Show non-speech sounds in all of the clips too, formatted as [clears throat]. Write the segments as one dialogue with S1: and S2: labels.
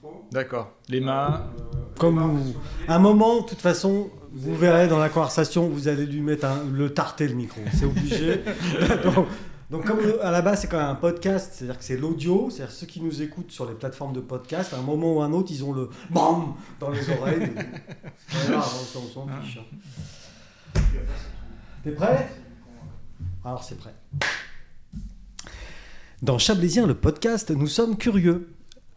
S1: trop.
S2: D'accord. Les mains.
S1: Euh,
S3: Comme
S1: les mains
S3: vous-
S1: sur le pied.
S3: À un moment, de toute façon, vous verrez dans la conversation, vous allez lui mettre un- le tarté le micro. C'est obligé. donc, donc comme le- à la base, c'est quand même un podcast, c'est-à-dire que c'est l'audio, c'est-à-dire ceux qui nous écoutent sur les plateformes de podcast, à un moment ou un autre, ils ont le BAM dans les oreilles. Mais c'est pas grave, on s'en- on s'en fiche. hein. T'es prêt Alors c'est prêt. Dans Chablaisien, le podcast, nous sommes curieux.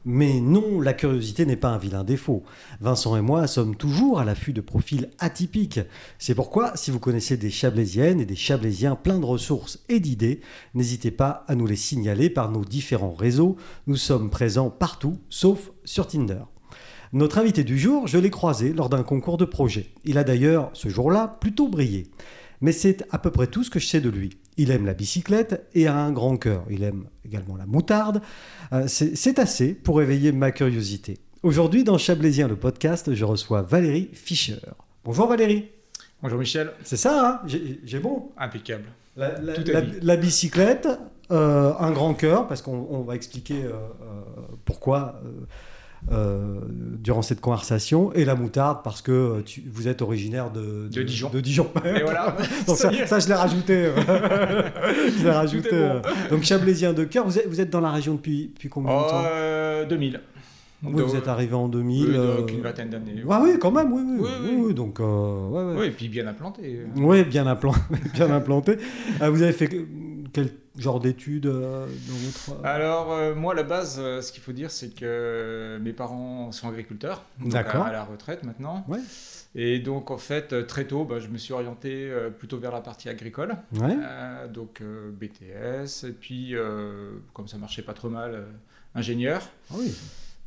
S3: Mais non, la curiosité n'est pas un vilain défaut. Vincent et moi sommes toujours à l'affût de profils atypiques. C'est pourquoi, si vous connaissez des Chablaisiennes et des Chablaisiens pleins de ressources et d'idées, n'hésitez pas à nous les signaler par nos différents réseaux. Nous sommes présents partout, sauf sur Tinder. Notre invité du jour, je l'ai croisé lors d'un concours de projet. Il a d'ailleurs, ce jour-là, plutôt brillé. Mais c'est à peu près tout ce que je sais de lui. Il aime la bicyclette et a un grand cœur. Il aime également la moutarde. Euh, c'est c'est assez pour éveiller ma curiosité. Aujourd'hui, dans Chablaisien, le podcast, je reçois Valérie Fischer. Bonjour Valérie.
S2: Bonjour Michel.
S3: C'est ça, hein J'ai j'ai bon.
S2: [laughs] Impeccable.
S3: La, la-
S2: Tout à
S3: la-
S2: dit.
S3: la bicyclette, euh, un grand cœur, parce qu'on on va expliquer euh, euh, pourquoi euh, euh, durant cette conversation, et la moutarde, parce que euh, tu- vous êtes originaire de,
S2: De Dijon.
S3: De Dijon.
S2: Et voilà.
S3: [laughs] Donc
S2: Ça
S3: ça,
S2: y est.
S3: ça, je l'ai rajouté. euh. [laughs] je l'ai rajouté.
S2: Tout est bon.
S3: euh. Donc Chablaisien de cœur, vous êtes, vous êtes dans la région depuis, depuis combien de
S2: Oh,
S3: temps
S2: euh, 2000.
S3: Oui,
S2: Donc,
S3: hein. Vous êtes arrivé en
S2: euh,
S3: 2000.
S2: donc
S3: euh,
S2: une vingtaine d'années.
S3: Ah oui, quand même, oui, oui,
S2: Oui,
S3: oui,
S2: oui.
S3: oui, donc, euh, ouais, ouais.
S2: Oui, et puis bien implanté.
S3: Oui, bien, implan- [laughs] bien implanté. Euh, vous avez fait que- quel genre d'études euh, dans votre...
S2: Alors, euh, moi, à la base, euh, ce qu'il faut dire, c'est que euh, mes parents sont agriculteurs, donc
S3: D'accord.
S2: à, à la retraite maintenant.
S3: Ouais.
S2: Et donc, en fait, euh, très tôt, bah, je me suis orienté euh, plutôt vers la partie agricole,
S3: Ouais.
S2: Euh, donc euh, BTS, et puis, euh, comme ça marchait pas trop mal, euh, ingénieur.
S3: Ah oui.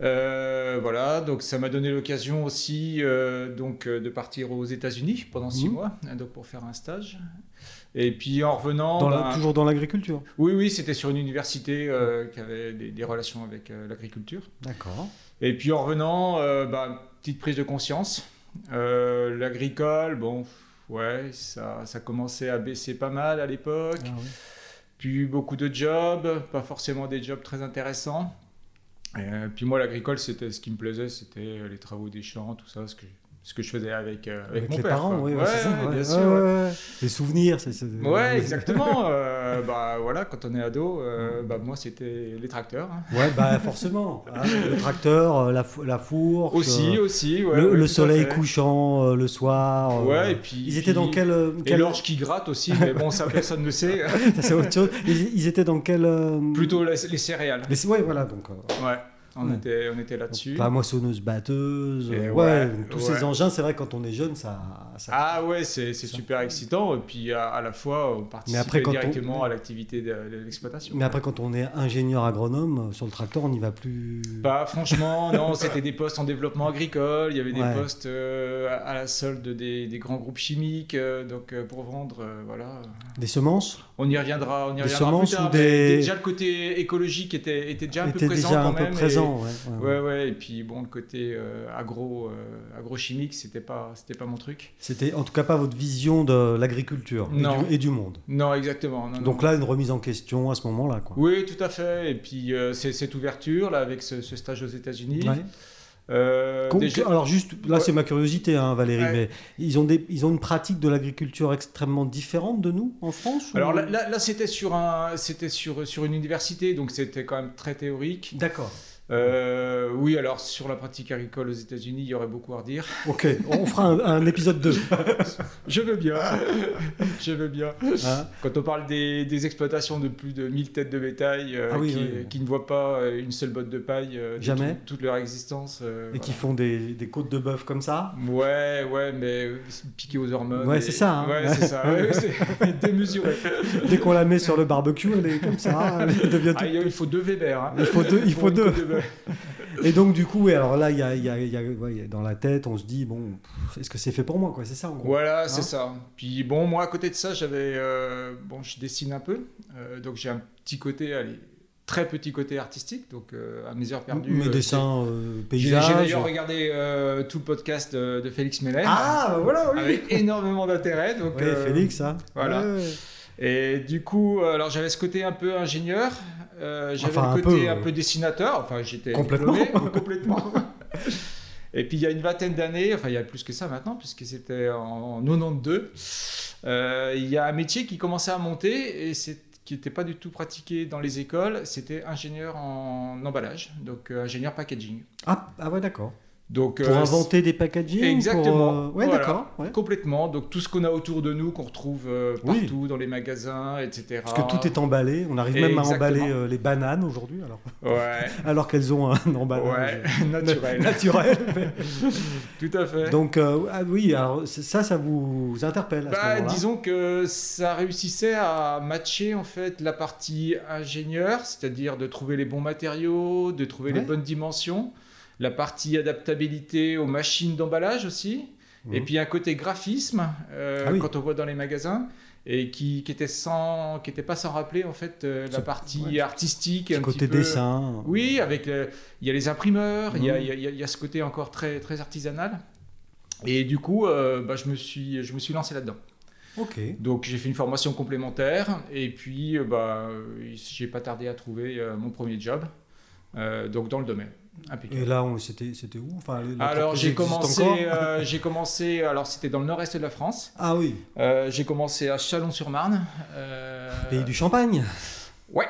S2: Euh, voilà, donc ça m'a donné l'occasion aussi euh, donc euh, de partir aux États-Unis pendant six
S3: Mhm.
S2: mois, euh, donc pour faire un stage. Et puis en revenant,
S3: Dans la-
S2: ben,
S3: Toujours dans l'agriculture.
S2: oui, oui, c'était sur une université euh, qui avait des, des relations avec euh, l'agriculture.
S3: D'accord.
S2: Et puis en revenant, euh, bah, petite prise de conscience. Euh, L'agricole, bon, ouais, ça, ça commençait à baisser pas mal à l'époque.
S3: Ah
S2: Puis beaucoup de jobs, pas forcément des jobs très intéressants. Euh, puis moi, l'agricole, c'était ce qui me plaisait, c'était euh, les travaux des champs, tout ça, ce que, ce que je faisais avec, euh, avec,
S3: Avec,
S2: mon
S3: les
S2: père.
S3: parents,
S2: quoi.
S3: oui, ouais,
S2: Ouais,
S3: c'est ça. ouais.
S2: bien
S3: Ouais,
S2: sûr.
S3: ouais,
S2: ouais.
S3: ouais. Les souvenirs, c'est... c'est-
S2: Ouais, exactement. Euh, bah voilà, quand on est ado, euh, bah moi c'était les tracteurs. hein.
S3: Ouais, bah
S2: [laughs]
S3: forcément. hein. le tracteur, euh, la, fou- la fourche...
S2: Aussi,
S3: euh,
S2: aussi. ouais,
S3: le,
S2: ouais,
S3: le
S2: tout à
S3: soleil
S2: fait.
S3: couchant euh, le soir. euh,
S2: Ouais, et puis.
S3: Ils étaient dans
S2: puis-
S3: quel... euh,
S2: Et
S3: quel-
S2: l'orge qui gratte aussi, mais bon,
S3: [laughs]
S2: ça personne ne sait.
S3: Ça, c'est autre chose. Ils, ils étaient dans quel... euh,
S2: Plutôt les, les céréales.
S3: Mais c'est- ouais, voilà, donc... euh,
S2: Ouais, on
S3: Ouais.
S2: était, on était là-dessus.
S3: La moissonneuse batteuse,
S2: Et
S3: euh, ouais,
S2: ouais,
S3: donc tous
S2: ouais.
S3: ces engins, c'est vrai, quand on est jeune, ça. ça-
S2: Ah ouais, c'est c'est super excitant. Et puis à, à la fois, on participait
S3: après, quand on-
S2: directement à l'activité de, de l'exploitation.
S3: Mais après, quand on est ingénieur agronome, euh, sur le tracteur, on n'y va plus.
S2: Bah franchement, non, c'était des postes en développement agricole, il y avait des
S3: Ouais.
S2: postes euh, à- à la solde des, des grands groupes chimiques, euh, donc euh, pour vendre, euh, voilà.
S3: Des semences
S2: On y reviendra, on y
S3: Des
S2: reviendra
S3: semences
S2: plus tard,
S3: ou
S2: mais
S3: des-
S2: déjà le côté écologique était, était déjà un peu
S3: étaient
S2: présent
S3: déjà
S2: quand
S3: un peu hein.
S2: même, et-
S3: présents. ouais, ouais, ouais.
S2: Ouais ouais et puis bon le côté euh, agro euh, agrochimique c'était pas c'était pas mon truc.
S3: C'était en tout cas pas votre vision de l'agriculture et
S2: Non.
S3: du, et du monde.
S2: Non exactement. non, non.
S3: Donc là, une remise en question à ce moment-là. Quoi.
S2: Oui, tout à fait. Et puis, euh, c'est cette ouverture, là, avec ce, ce stage aux États-Unis.
S3: Ouais. hein.
S2: Euh,
S3: Con-
S2: déjà-
S3: Alors juste, là
S2: Ouais.
S3: c'est ma curiosité, hein, Valérie,
S2: Ouais.
S3: mais ils ont, des, ils ont une pratique de l'agriculture extrêmement différente de nous en France ou-
S2: Alors là, là- là, c'était sur, un, c'était sur, sur une université, donc c'était quand même très théorique.
S3: D'accord.
S2: Euh, oui, alors sur la pratique agricole aux États-Unis, il y aurait beaucoup à redire.
S3: Ok, on fera un, un épisode 2.
S2: Je veux bien. [laughs] Je veux bien.
S3: Hein.
S2: Quand on parle des, des exploitations de plus de 1000 têtes de bétail euh,
S3: Ah oui,
S2: qui,
S3: oui.
S2: qui ne voient pas euh, une seule botte de paille euh, de
S3: Jamais.
S2: tout- toute leur existence. euh,
S3: et qui
S2: voilà.
S3: font des, des côtes de bœuf comme ça.
S2: Ouais, ouais, mais euh, piqué aux hormones.
S3: Ouais,
S2: et-
S3: c'est ça, hein.
S2: Ouais, c'est ça.
S3: [laughs]
S2: Ouais, ouais, c'est [laughs] démesuré.
S3: Dès qu'on la met sur le barbecue, elle est comme ça, elle devient
S2: Ah,
S3: toute-
S2: il faut deux Weber. hein.
S3: Il faut deux. Il
S2: Pour
S3: faut
S2: une
S3: deux.
S2: coupe de Weber.
S3: Et donc du coup, et alors là, il y a, il y a- il y a- ouais, il y a- dans la tête, on se dit bon, pff, est-ce que c'est fait pour moi quoi C'est ça en gros.
S2: Voilà,
S3: Hein
S2: c'est ça. Puis bon, moi, à côté de ça, j'avais. euh, bon, je dessine un peu. euh, donc, j'ai un petit côté, allez, très petit côté artistique. Donc, euh, à mes heures perdues.
S3: Mes
S2: euh,
S3: dessins, euh,
S2: j'ai- J'ai j'ai
S3: paysages.
S2: d'ailleurs regardé euh, tout le podcast de, de Félix Mellet.
S3: Ah, bah voilà, oui.
S2: Avec énormément d'intérêt. Donc,
S3: Ouais,
S2: euh,
S3: Félix, hein.
S2: voilà.
S3: Ouais, ouais.
S2: Et du coup, alors j'avais ce côté un peu ingénieur, euh, j'avais
S3: Enfin, un
S2: le côté
S3: peu,
S2: un
S3: euh,
S2: peu dessinateur, enfin j'étais
S3: Complètement.
S2: diplômé,
S3: [laughs]
S2: complètement. Et puis il y a une vingtaine d'années, enfin il y a plus que ça maintenant, puisque c'était en 92, euh, il y a un métier qui commençait à monter et c'est qui n'était pas du tout pratiqué dans les écoles, c'était ingénieur en emballage, donc euh, ingénieur packaging.
S3: Ah, ah ouais, d'accord.
S2: Donc,
S3: Pour
S2: euh,
S3: inventer des packagings pour,
S2: Exactement.
S3: euh, Ouais,
S2: Voilà.
S3: d'accord. ouais.
S2: Complètement. Donc tout ce qu'on a autour de nous, qu'on retrouve euh,
S3: Oui.
S2: partout dans les magasins, etc.
S3: Parce que tout est emballé. On arrive
S2: Et
S3: même à
S2: Ah. exactement.
S3: emballer euh, les bananes aujourd'hui, alors,
S2: Ouais,
S3: alors qu'elles ont un emballage
S2: ouais, [laughs] naturel.
S3: [laughs] naturel.
S2: tout à fait.
S3: Donc, euh, ah oui, alors c'est- ça, ça vous interpelle à ce
S2: Bah,
S3: moment-là.
S2: disons que ça réussissait à matcher en fait la partie ingénieur, c'est-à-dire de trouver les bons matériaux, de trouver les
S3: Ouais.
S2: bonnes dimensions, la partie adaptabilité aux machines d'emballage aussi, et
S3: Mhm.
S2: puis un côté graphisme euh,
S3: Ah oui.
S2: quand on voit dans les magasins et qui, qui était sans, qui était pas sans rappeler en fait euh, la
S3: C'est-
S2: partie
S3: ouais.
S2: artistique, et
S3: Petit
S2: un
S3: côté
S2: petit peu- euh,
S3: dessin.
S2: Oui, avec le- il y a les imprimeurs, il y a-
S3: Mhm.
S2: il y, a- il y a- il y a ce côté encore très très artisanal. Et du coup, euh, bah, je me suis je me suis lancé là-dedans.
S3: Ok.
S2: Donc j'ai fait une formation complémentaire et puis euh, bah, euh, j'ai pas tardé à trouver euh, mon premier job, euh, donc dans le domaine. Impeccable.
S3: Et là, on- c'était c'était où Enfin, l'entreprise
S2: Alors j'ai
S3: existe
S2: commencé,
S3: encore [laughs]
S2: euh, j'ai commencé, alors c'était dans le nord-est de la France.
S3: Ah oui,
S2: Euh, j'ai commencé à Chalon-sur-Marne. euh,
S3: pays du champagne.
S2: Ouais,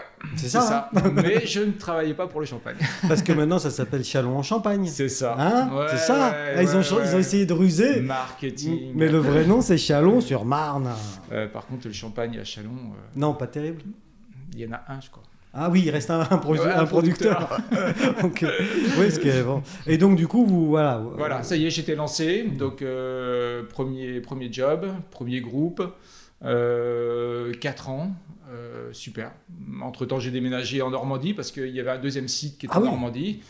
S2: c'est
S3: C'est
S2: ça.
S3: ça.
S2: Mais je ne travaillais pas pour le champagne.
S3: hein Parce que maintenant, ça s'appelle Chalon en Champagne.
S2: C'est ça.
S3: Hein
S2: Ouais,
S3: [laughs] C'est ça.
S2: ouais,
S3: Ah, ils, ont,
S2: ouais,
S3: cha- ils ont
S2: ouais.
S3: essayé de ruser.
S2: Marketing.
S3: Mais le vrai nom, c'est Chalon sur Marne.
S2: Euh, par contre, le champagne à Chalon, euh,
S3: Non, pas terrible.
S2: il y en a un, je crois.
S3: Ah oui, il reste un, un produ-
S2: Ouais,
S3: un
S2: un
S3: producteur. [laughs] Donc, euh, oui, ce qui est bon. Et donc, du coup, vous, voilà. vous-
S2: Voilà, ça y est, j'étais lancé.
S3: Mmh.
S2: Donc, euh, premier, premier job, premier groupe, 4 ans, euh, super. Entre-temps, j'ai déménagé en Normandie parce qu'il y avait un deuxième site qui était
S3: Ah
S2: en
S3: oui.
S2: Normandie.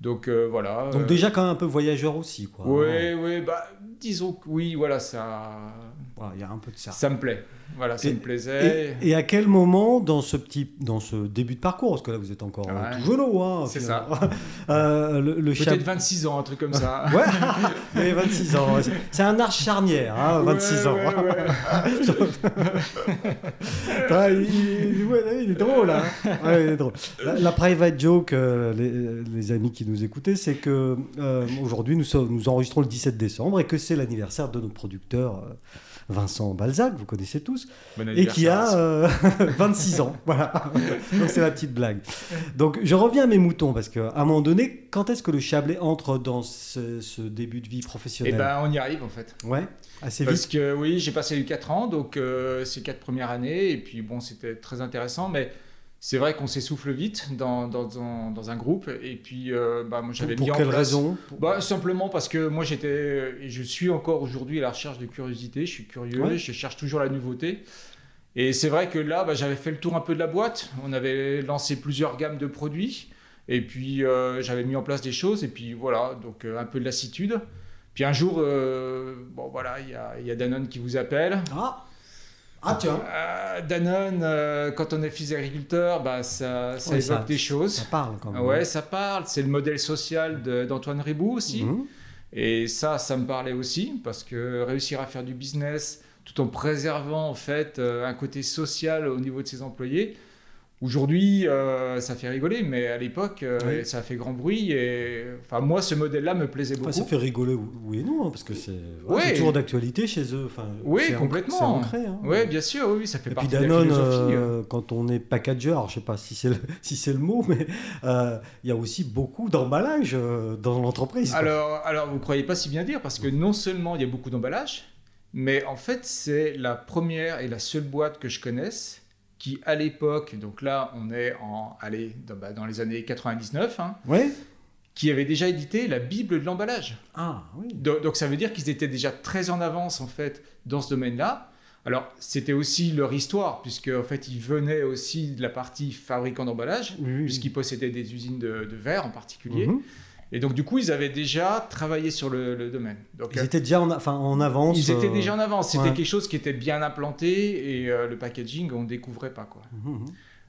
S2: Donc, euh, voilà.
S3: Donc, déjà, quand même un peu voyageur aussi. quoi.
S2: Oui, oui, bah, disons que oui, voilà, ça,
S3: Voilà, il y a un peu de ça.
S2: ça me plaît. Voilà, ça
S3: Bah. Et-
S2: me plaisait.
S3: Et, et à quel moment dans ce petit, dans ce début de parcours, parce que là vous êtes encore euh,
S2: Ouais.
S3: tout genou, hein,
S2: C'est
S3: finalement. [laughs] Euh, le, le
S2: Peut-être 26 ans, un truc comme ça.
S3: [laughs] Ouais, mais 26 ans. ouais. C'est un arche charnière, hein, 26
S2: Ouais,
S3: ans.
S2: ouais,
S3: [laughs]
S2: ouais.
S3: Ah, il, il- ouais, il est drôle, hein. Ouais, il est drôle. La, la private joke, euh, les, les amis qui nous écoutaient, c'est que euh, aujourd'hui nous, sommes- nous enregistrons le 17 décembre et que c'est l'anniversaire de notre producteur euh, Vincent Balzac, vous connaissez tous.
S2: Bon
S3: et qui
S2: anniversaire,
S3: a euh, [laughs] 26 ans. Voilà. Donc c'est la petite blague. Donc je reviens à mes moutons parce que à un moment donné, quand est-ce que le Chablais entre dans ce, ce début de vie
S2: Et
S3: professionnelle
S2: ben on y arrive en fait.
S3: Ouais, assez
S2: Parce
S3: vite.
S2: que oui, j'ai passé les 4 ans, donc euh, ces 4 premières années, et puis bon, c'était très intéressant, mais c'est vrai qu'on s'essouffle vite dans, dans, un- dans un groupe, et puis euh, bah, moi j'avais
S3: Pour,
S2: mis en
S3: quelle
S2: place-
S3: raison
S2: bah, Simplement parce que moi j'étais, et je suis encore aujourd'hui à la recherche de curiosité, je suis curieux,
S3: Ouais.
S2: je cherche toujours la nouveauté. Et c'est vrai que là, bah, j'avais fait le tour un peu de la boîte, on avait lancé plusieurs gammes de produits, et puis euh, j'avais mis en place des choses, et puis voilà, donc euh, un peu de lassitude. Puis un jour, euh, bon voilà, il y a- il y a Danone qui vous appelle.
S3: Ah. Ah tiens,
S2: Euh, Danone, euh, quand on est fils d'agriculteur, bah, ça, ça
S3: Ouais,
S2: évoque
S3: ça-
S2: des
S3: ça
S2: choses.
S3: parle quand même.
S2: Ouais, ça parle. C'est le modèle social de- d'Antoine Ribou aussi.
S3: Mhm.
S2: Et ça, ça me parlait aussi parce que réussir à faire du business tout en préservant en fait euh, un côté social au niveau de ses employés. Aujourd'hui, euh, ça fait rigoler, mais à l'époque, euh,
S3: Oui.
S2: ça a fait grand bruit. Et enfin, moi, ce modèle-là me plaisait beaucoup.
S3: Enfin, ça Bah, fait rigoler oui et non, hein, parce que c'est voilà,
S2: Ouais.
S3: c'est toujours d'actualité chez eux. Enfin,
S2: Oui,
S3: c'est ancré-
S2: complètement.
S3: c'est ancré, hein.
S2: Oui, bien sûr, oui, oui, ça fait
S3: Et puis
S2: partie de la
S3: Danone,
S2: philosophie. euh.
S3: euh, quand on est packager, alors je sais pas si c'est le, [laughs] si c'est le mot, mais euh, il y a aussi beaucoup d'emballage euh, dans l'entreprise. quoi.
S2: Alors, alors vous ne croyez pas si bien dire, parce que non seulement il y a beaucoup d'emballages, mais en fait, c'est la première et la seule boîte que je connaisse qui, à l'époque, donc là, on est en, allez, dans, bah, dans les années 99, hein,
S3: Ouais.
S2: qui avait déjà édité la Bible de l'emballage.
S3: Ah oui.
S2: Do- Donc ça veut dire qu'ils étaient déjà très en avance en fait dans ce domaine-là. Alors c'était aussi leur histoire puisque en fait ils venaient aussi de la partie fabricant d'emballage
S3: Oui, oui, oui.
S2: puisqu'ils possédaient des usines de, de verre en particulier.
S3: Mhm.
S2: Et donc du coup ils avaient déjà travaillé sur le, le domaine. Donc
S3: Ils
S2: euh,
S3: étaient déjà en, enfin, en avance.
S2: ils étaient
S3: euh,
S2: déjà en avance. C'était
S3: ouais.
S2: quelque chose qui était bien implanté et euh, le packaging on découvrait pas quoi.
S3: mhm,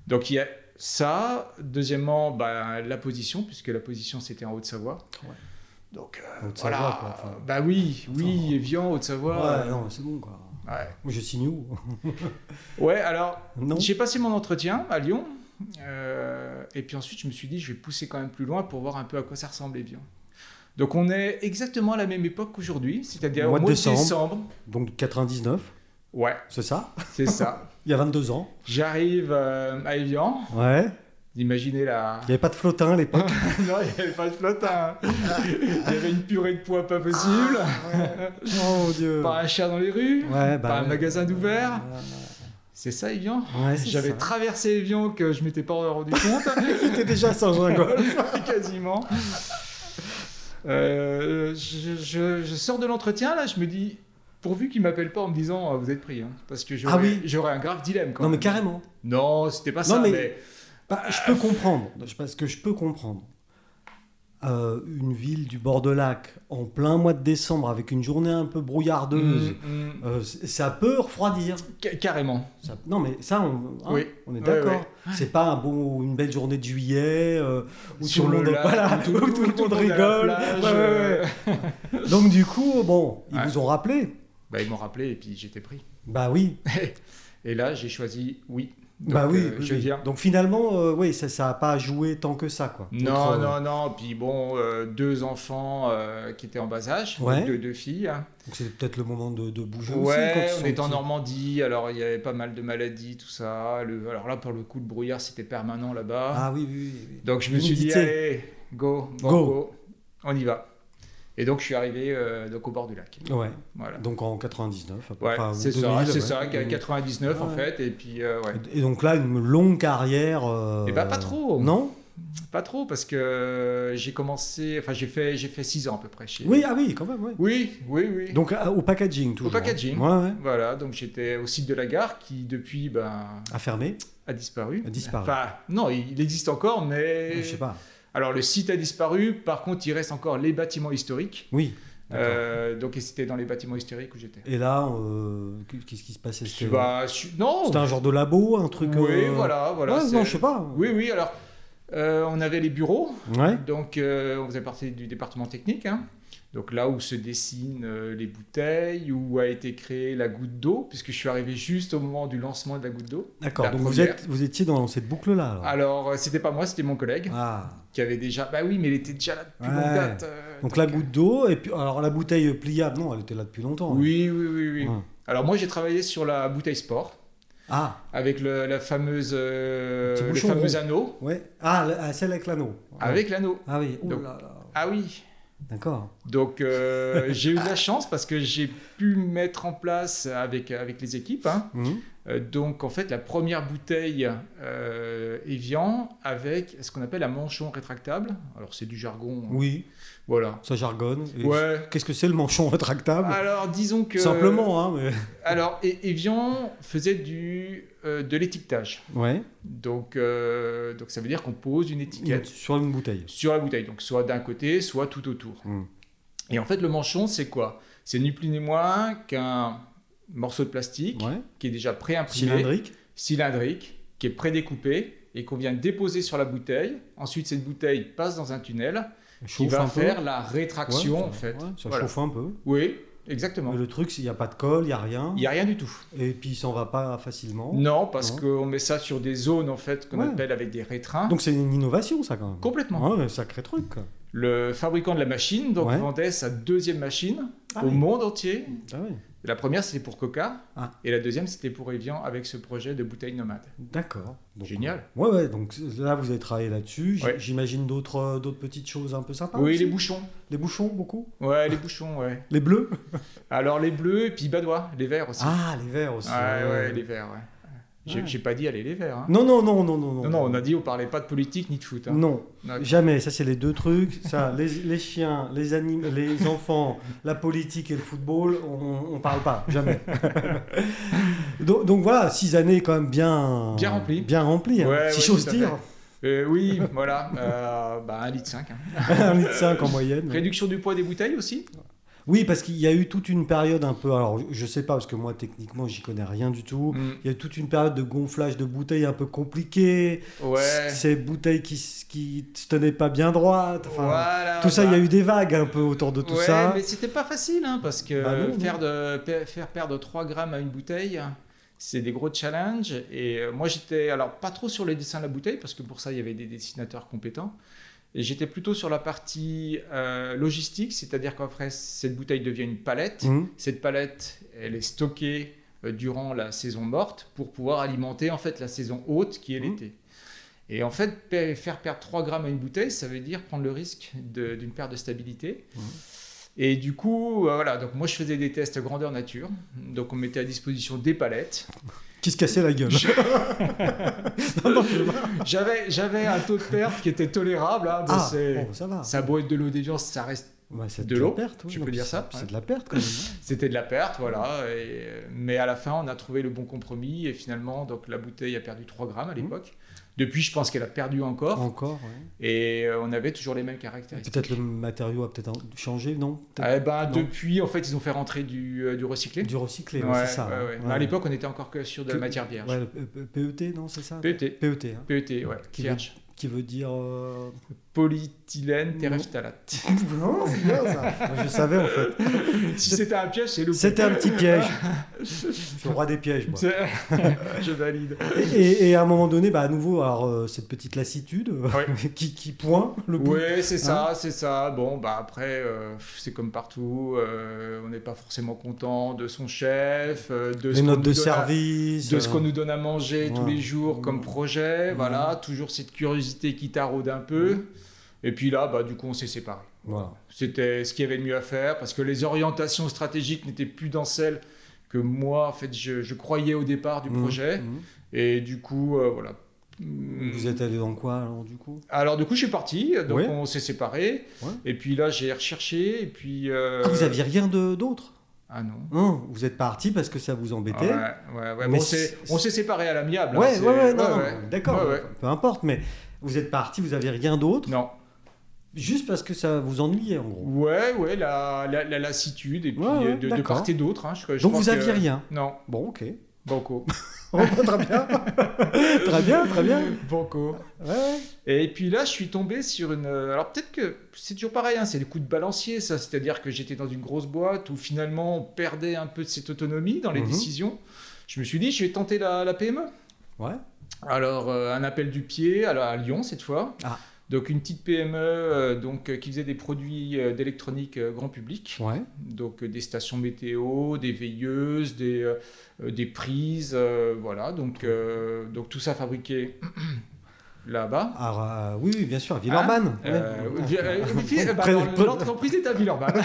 S2: Donc il y a ça. Deuxièmement bah, la position puisque la position c'était en Haute-Savoie.
S3: Ouais.
S2: Donc euh,
S3: mhm. Haute
S2: voilà.
S3: Savoie, quoi, enfin.
S2: Bah oui, oui,
S3: Enfin,
S2: Evian, Haute-Savoie.
S3: Ouais, non, c'est bon quoi.
S2: Ouais.
S3: Moi, Je signe où [laughs]
S2: Ouais, alors,
S3: Non.
S2: j'ai passé mon entretien à Lyon. Euh, et puis ensuite, je me suis dit, je vais pousser quand même plus loin pour voir un peu à quoi ça ressemblait bien. Donc on est exactement à la même époque qu'aujourd'hui, c'est-à-dire au mois de décembre.
S3: Donc 99,
S2: Ouais,
S3: c'est ça
S2: c'est
S3: [laughs]
S2: ça.
S3: Il y a 22 ans.
S2: J'arrive euh, à Evian.
S3: Ouais.
S2: Imaginez la.
S3: [laughs] Il n'y avait pas de flottin à l'époque.
S2: [laughs] non, il n'y avait pas de flottin.
S3: [laughs]
S2: il y avait une purée de pois pas possible. [laughs]
S3: oh mon dieu.
S2: Pas un chat dans les rues.
S3: Ouais, bah,
S2: pas un
S3: ouais.
S2: magasin d'ouvert.
S3: Ouais,
S2: C'est ça, Evian
S3: c'est
S2: J'avais
S3: ça.
S2: traversé Evian que je m'étais pas rendu compte.
S3: T'étais déjà à Saint-Jean, quoi.
S2: [laughs] quasiment. Euh, je, je- je sors de l'entretien là, je me dis, pourvu qu'il m'appelle pas en me disant euh, vous êtes pris, hein, parce que j'aurais
S3: Ah oui.
S2: j'aurais un grave dilemme. Quand
S3: Non, mais
S2: même.
S3: carrément.
S2: Non, c'était pas
S3: Non,
S2: ça.
S3: mais-
S2: mais-
S3: Bah, je peux comprendre, je- parce que je peux comprendre. Euh, une ville du bord de lac, en plein mois de décembre, avec une journée un peu brouillardeuse,
S2: Mm, mm,
S3: euh, c- ça peut refroidir.
S2: ca- carrément.
S3: Ça- non, mais ça, on, hein,
S2: Oui.
S3: on est
S2: Ouais,
S3: d'accord.
S2: ouais.
S3: C'est pas un bon, une belle journée de juillet euh, où
S2: Sur
S3: tout le,
S2: le
S3: monde,
S2: lac, où
S3: voilà, où [laughs] tout le monde
S2: est à la
S3: rigole.
S2: plage,
S3: Ouais, ouais,
S2: euh.
S3: ouais. Donc, du coup, bon, ils
S2: Ouais.
S3: vous ont rappelé.
S2: Bah, ils m'ont rappelé et puis j'étais pris. [laughs]
S3: Bah oui,
S2: Et là, j'ai choisi oui. Donc,
S3: bah oui,
S2: euh,
S3: oui,
S2: je
S3: oui.
S2: viens.
S3: Donc, finalement, euh, oui, ça n'a pas joué tant que ça, quoi.
S2: Non,
S3: Contre, euh,
S2: non, non. Puis bon, euh, deux enfants euh, qui étaient en bas âge,
S3: Ouais.
S2: deux, deux filles. hein.
S3: Donc, c'est peut-être le moment de, de bouger aussi. quand
S2: Ouais,
S3: ils sont
S2: on est en
S3: petits.
S2: Normandie, alors il y avait pas mal de maladies, tout ça. Le- alors là, pour le coup, le brouillard, c'était permanent là-bas.
S3: Ah oui, oui, oui, oui.
S2: donc je me suis dit,
S3: l'humidité.
S2: allez, go, bon,
S3: Go.
S2: go, on y va. Et donc je suis arrivé euh, donc au bord du lac.
S3: Ouais.
S2: Voilà.
S3: Donc en 99. à peu-
S2: Ouais,
S3: enfin,
S2: c'est
S3: 2000,
S2: ça, c'est
S3: ouais.
S2: ça, qu'à 99 en
S3: Ah Ouais.
S2: fait, et puis euh, ouais.
S3: Et donc là, une longue carrière. euh,
S2: Eh ben, pas trop.
S3: Non
S2: Pas trop, parce que euh, j'ai commencé, enfin j'ai fait, j'ai fait 6 ans à peu près chez.
S3: Oui, ah oui, quand même, ouais.
S2: Oui, oui, oui.
S3: Donc à- au packaging, toujours. hein.
S2: packaging.
S3: Ouais, ouais.
S2: voilà, donc j'étais au site de la gare qui depuis ben,
S3: À fermer,
S2: a disparu.
S3: à disparaître. Euh,
S2: Enfin, euh, non, il il existe encore, mais.
S3: Je sais pas.
S2: Alors, le site a disparu. Par contre, il reste encore les bâtiments historiques.
S3: Oui. d'accord.
S2: Euh, donc, et c'était dans les bâtiments historiques où j'étais.
S3: Et là, euh, qu'est-ce qui se passait C'était
S2: Bah, su- non
S3: c'était un genre de labo, un truc.
S2: Oui,
S3: euh,
S2: voilà, voilà.
S3: ouais,
S2: c'est-
S3: non, je sais pas.
S2: Oui, oui, alors, euh, on avait les bureaux.
S3: Ouais.
S2: Donc, euh, on faisait partie du département technique. hein. Donc, là où se dessinent euh, les bouteilles, où a été créée la goutte d'eau, puisque je suis arrivé juste au moment du lancement de la goutte d'eau.
S3: D'accord.
S2: La
S3: Donc vous,
S2: première.
S3: êtes, vous étiez dans cette boucle-là. alors.
S2: Alors, euh, c'était pas moi, c'était mon collègue
S3: Ah.
S2: qui avait déjà. Bah oui, mais il était déjà là depuis
S3: Ouais.
S2: longtemps. date. euh,
S3: Donc la goutte d'eau, et puis. Alors la bouteille pliable, non, elle était là depuis longtemps. hein.
S2: Oui, oui, oui, oui.
S3: Ouais.
S2: Alors moi j'ai travaillé sur la bouteille sport
S3: Ah,
S2: avec le, la fameuse, euh,
S3: Petit
S2: le
S3: bouchon
S2: fameux anneau
S3: ouais. Ah, la- celle avec l'anneau.
S2: avec l'anneau.
S3: Ah oui, ouh
S2: Donc-
S3: là là.
S2: Ah oui.
S3: D'accord.
S2: Donc euh, [laughs] j'ai eu de la chance parce que j'ai pu mettre en place avec avec les équipes. hein.
S3: Mhm.
S2: Euh, donc en fait la première bouteille euh, Evian avec ce qu'on appelle un manchon rétractable. Alors c'est du jargon. hein.
S3: Oui,
S2: Voilà.
S3: ça jargonne. Et
S2: Ouais.
S3: Qu'est-ce que c'est le manchon rétractable
S2: Alors disons que
S3: Simplement, hein. mais-
S2: Alors E- Evian faisait du euh, de l'étiquetage.
S3: Ouais.
S2: Donc euh, donc ça veut dire qu'on pose une étiquette.
S3: Sur une bouteille.
S2: sur la bouteille, donc soit d'un côté, soit tout autour.
S3: Mm.
S2: Et en fait, le manchon, c'est quoi C'est ni plus ni moins qu'un morceau de plastique
S3: Ouais.
S2: qui est déjà pré-imprimé,
S3: Cylindrique.
S2: cylindrique, qui est pré-découpé et qu'on vient déposer sur la bouteille. Ensuite, cette bouteille passe dans un tunnel qui
S3: chauffe
S2: va
S3: un peu.
S2: faire la rétraction,
S3: Ouais,
S2: en fait.
S3: ouais, ça
S2: Voilà.
S3: chauffe un peu.
S2: Oui,
S3: Mais
S2: exactement.
S3: le truc, c'est qu'il n'y a pas de colle, il n'y a rien.
S2: Il n'y a rien du tout.
S3: Et puis, il s'en va pas facilement.
S2: Non, parce
S3: Non.
S2: qu'on met ça sur des zones, en fait, qu'on
S3: Ouais.
S2: appelle avec des rétrains.
S3: Donc, c'est une innovation, ça, quand même.
S2: Complètement.
S3: Ouais, un sacré truc. quoi.
S2: Le fabricant de la machine donc,
S3: Ouais.
S2: vendait sa deuxième machine
S3: Ah
S2: au
S3: oui.
S2: monde entier.
S3: Ah oui.
S2: La première, c'était pour Coca.
S3: Ah.
S2: Et la deuxième, c'était pour Evian avec ce projet de bouteille nomade.
S3: D'accord. Donc, euh,
S2: Génial.
S3: Ouais, ouais. Donc, là, vous avez travaillé là-dessus. J-
S2: Ouais.
S3: J'imagine d'autres euh, d'autres petites choses un peu sympas.
S2: oui,
S3: aussi.
S2: les bouchons.
S3: Ah, Les bouchons, beaucoup.
S2: Ouais, les bouchons, ouais.
S3: Les bleus.
S2: Alors les bleus et puis badois, les verts [laughs] aussi.
S3: Ah, les verts aussi.
S2: ouais, ouais, les verts, ouais. J'ai
S3: Ouais.
S2: j'ai pas dit aller les verts. hein.
S3: Non, non, non, non, non.
S2: Non, non, on a dit on parlait pas de politique ni de foot. hein.
S3: Non,
S2: Non.
S3: jamais. Ça, c'est les deux trucs. Ça, [laughs] les, les chiens, les animaux, les enfants, [laughs] la politique et le football, on, on parle pas, jamais. [laughs] donc, donc voilà, six années quand même bien,
S2: Bien remplies.
S3: bien remplies, hein,
S2: Ouais,
S3: si
S2: ouais,
S3: j'ose
S2: tout à
S3: dire. [laughs]
S2: Euh, oui, voilà. Euh, bah, 1,5 litre. cinq, hein.
S3: Un litre cinq en moyenne.
S2: Réduction du poids des bouteilles aussi
S3: Oui, parce qu'il y a eu toute une période un peu. Alors, je- je sais pas parce que moi techniquement, j'y connais rien du tout.
S2: Mm,
S3: Il y a eu toute une période de gonflage de bouteilles un peu compliquée.
S2: Ouais.
S3: Ces bouteilles qui, s- qui se tenaient pas bien droites. Enfin,
S2: Voilà,
S3: tout ça, il y
S2: bah.
S3: a eu des vagues un peu autour de tout
S2: ouais,
S3: ça.
S2: mais c'était pas facile, hein, parce que
S3: Bah non, non.
S2: faire, de, pe- faire perdre 3 grammes à une bouteille, c'est des gros challenges. Et euh, moi, j'étais alors pas trop sur les dessins à la bouteille, parce que pour ça, il y avait des dessinateurs compétents. Et j'étais plutôt sur la partie euh, logistique, c'est-à-dire qu'après, cette bouteille devient une palette.
S3: Mhm.
S2: Cette palette, elle est stockée euh, durant la saison morte pour pouvoir alimenter en fait la saison haute qui est
S3: Mhm.
S2: l'été. Et en fait, pa- faire perdre 3 grammes à une bouteille, ça veut dire prendre le risque de- d'une perte de stabilité.
S3: Mhm.
S2: Et du coup, euh, voilà, donc moi je faisais des tests grandeur nature. Donc on mettait à disposition des palettes.
S3: Qui se cassait la gueule. [laughs] Non, non, je-
S2: J'avais, j'avais un taux de perte qui était tolérable. hein, bon,
S3: Ah,
S2: c'est-
S3: bon, ça va.
S2: Ça a beau être de l'eau d'audience, ça reste,
S3: Ouais, c'est
S2: de
S3: la
S2: l'eau,
S3: perte, oui.
S2: je
S3: Non,
S2: peux
S3: puis
S2: dire
S3: c'est-
S2: ça,
S3: C'est
S2: ouais.
S3: de la perte quand même. hein.
S2: c'était de la perte, voilà. Et, euh, mais à la fin, on a trouvé le bon compromis et finalement, donc la bouteille a perdu 3 grammes à l'époque. Depuis, je pense qu'elle a perdu encore
S3: Mhm. Encore. ouais.
S2: et euh, on avait toujours les mêmes
S3: Et
S2: caractéristiques.
S3: Peut-être le matériau a peut-être un- changé, non Peut-être
S2: Eh ben,
S3: Non.
S2: depuis, en fait, ils ont fait rentrer du, euh, du recyclé.
S3: du recyclé, ouais,
S2: Ouais,
S3: c'est ça.
S2: ouais,
S3: hein.
S2: ouais.
S3: Ouais.
S2: Mais À l'époque, hein. on était encore que sur de la
S3: Que-
S2: matière vierge. E
S3: Ouais, le P- P- PET, non, c'est ça
S2: PET.
S3: PET, hein,
S2: PET, ouais,
S3: Qui
S2: vierge.
S3: qui veut dire. euh,
S2: Polythylène
S3: Non.
S2: terephthalate.
S3: Non, c'est bien ça. Moi, je savais en fait.
S2: si c'était un piège, c'est le
S3: [laughs]
S2: E
S3: C'était un petit piège. je suis le roi des pièges. Moi.
S2: [laughs] Je valide.
S3: Et, et à un moment donné, bah, à nouveau, alors, euh, cette petite lassitude euh,
S2: Ouais.
S3: [laughs] qui, qui pointe le bout. Hein
S2: Ouais, c'est ça, c'est ça. Bon, bah après, euh, c'est comme partout. euh, on n'est pas forcément content de son chef, euh, de
S3: les
S2: ce qu'on
S3: notes
S2: nous
S3: de
S2: donne à-
S3: service.
S2: de ce
S3: euh,
S2: qu'on nous donne à manger tous
S3: Ouais.
S2: les jours comme projet.
S3: Mhm.
S2: Voilà, toujours cette curiosité qui taraude un peu. Et puis là, bah du coup, on s'est séparés.
S3: Voilà.
S2: C'était ce qu'il y avait de mieux à faire parce que les orientations stratégiques n'étaient plus dans celles que moi, en fait, je, je croyais au départ du
S3: Mhm.
S2: projet. Mmh.
S3: Mhm.
S2: Et du coup, euh, voilà. Mm.
S3: Vous êtes allé dans quoi alors du coup
S2: Alors du coup, je suis parti, donc
S3: Ouais.
S2: on s'est séparés.
S3: Ouais.
S2: Et puis là, j'ai recherché, et puis... euh,
S3: Ah, vous aviez rien de- d'autre
S2: Ah non.
S3: Non, Vous êtes parti parce que ça vous
S2: Ah, ouais,
S3: embêtait.
S2: ouais, ouais.
S3: Mais
S2: Bon, on s'est-
S3: c'est-
S2: on s'est séparés à l'amiable. hein,
S3: ouais, ouais,
S2: c'est-
S3: ouais, non, non,
S2: ouais.
S3: d'accord.
S2: Ouais, ouais.
S3: Peu importe, mais vous êtes parti, vous aviez rien d'autre,
S2: Non.
S3: juste parce que ça vous ennuyait en gros.
S2: Ouais, ouais, la, la, la lassitude, et puis
S3: Ouais, ouais,
S2: euh, de, de
S3: d'accord.
S2: part et d'autre. hein, je- je
S3: Donc
S2: pense
S3: vous aviez
S2: que-
S3: rien.
S2: Non,
S3: Bon, ok.
S2: banco.
S3: Oh, très bien. [laughs] très bien, très bien.
S2: [laughs] banco.
S3: Ouais, ouais.
S2: Et puis là, je suis tombé sur une. euh, Alors peut-être que c'est toujours pareil, hein, c'est des coups de balancier, ça. C'est-à-dire que j'étais dans une grosse boîte où finalement on perdait un peu de cette autonomie dans les
S3: Mhm.
S2: décisions. Je me suis dit, je vais tenter la, E. la PME.
S3: Ouais.
S2: Alors euh, un appel du pied alors, à Lyon cette fois.
S3: Ah.
S2: Donc une petite PME euh, donc, euh, qui faisait des produits euh, d'électronique euh, grand public,
S3: Ouais.
S2: donc euh, des stations météo, des veilleuses, des, euh, euh, des prises, euh, voilà, donc, euh, donc tout ça fabriqué [clears throat] là-bas.
S3: Alors, euh, oui, oui, bien sûr, Villeurbanne. Ouais.
S2: Euh, vi-
S3: [laughs]
S2: euh, vi-
S3: Près-
S2: bah,
S3: près-
S2: alors, L'entreprise est à Villeurbanne,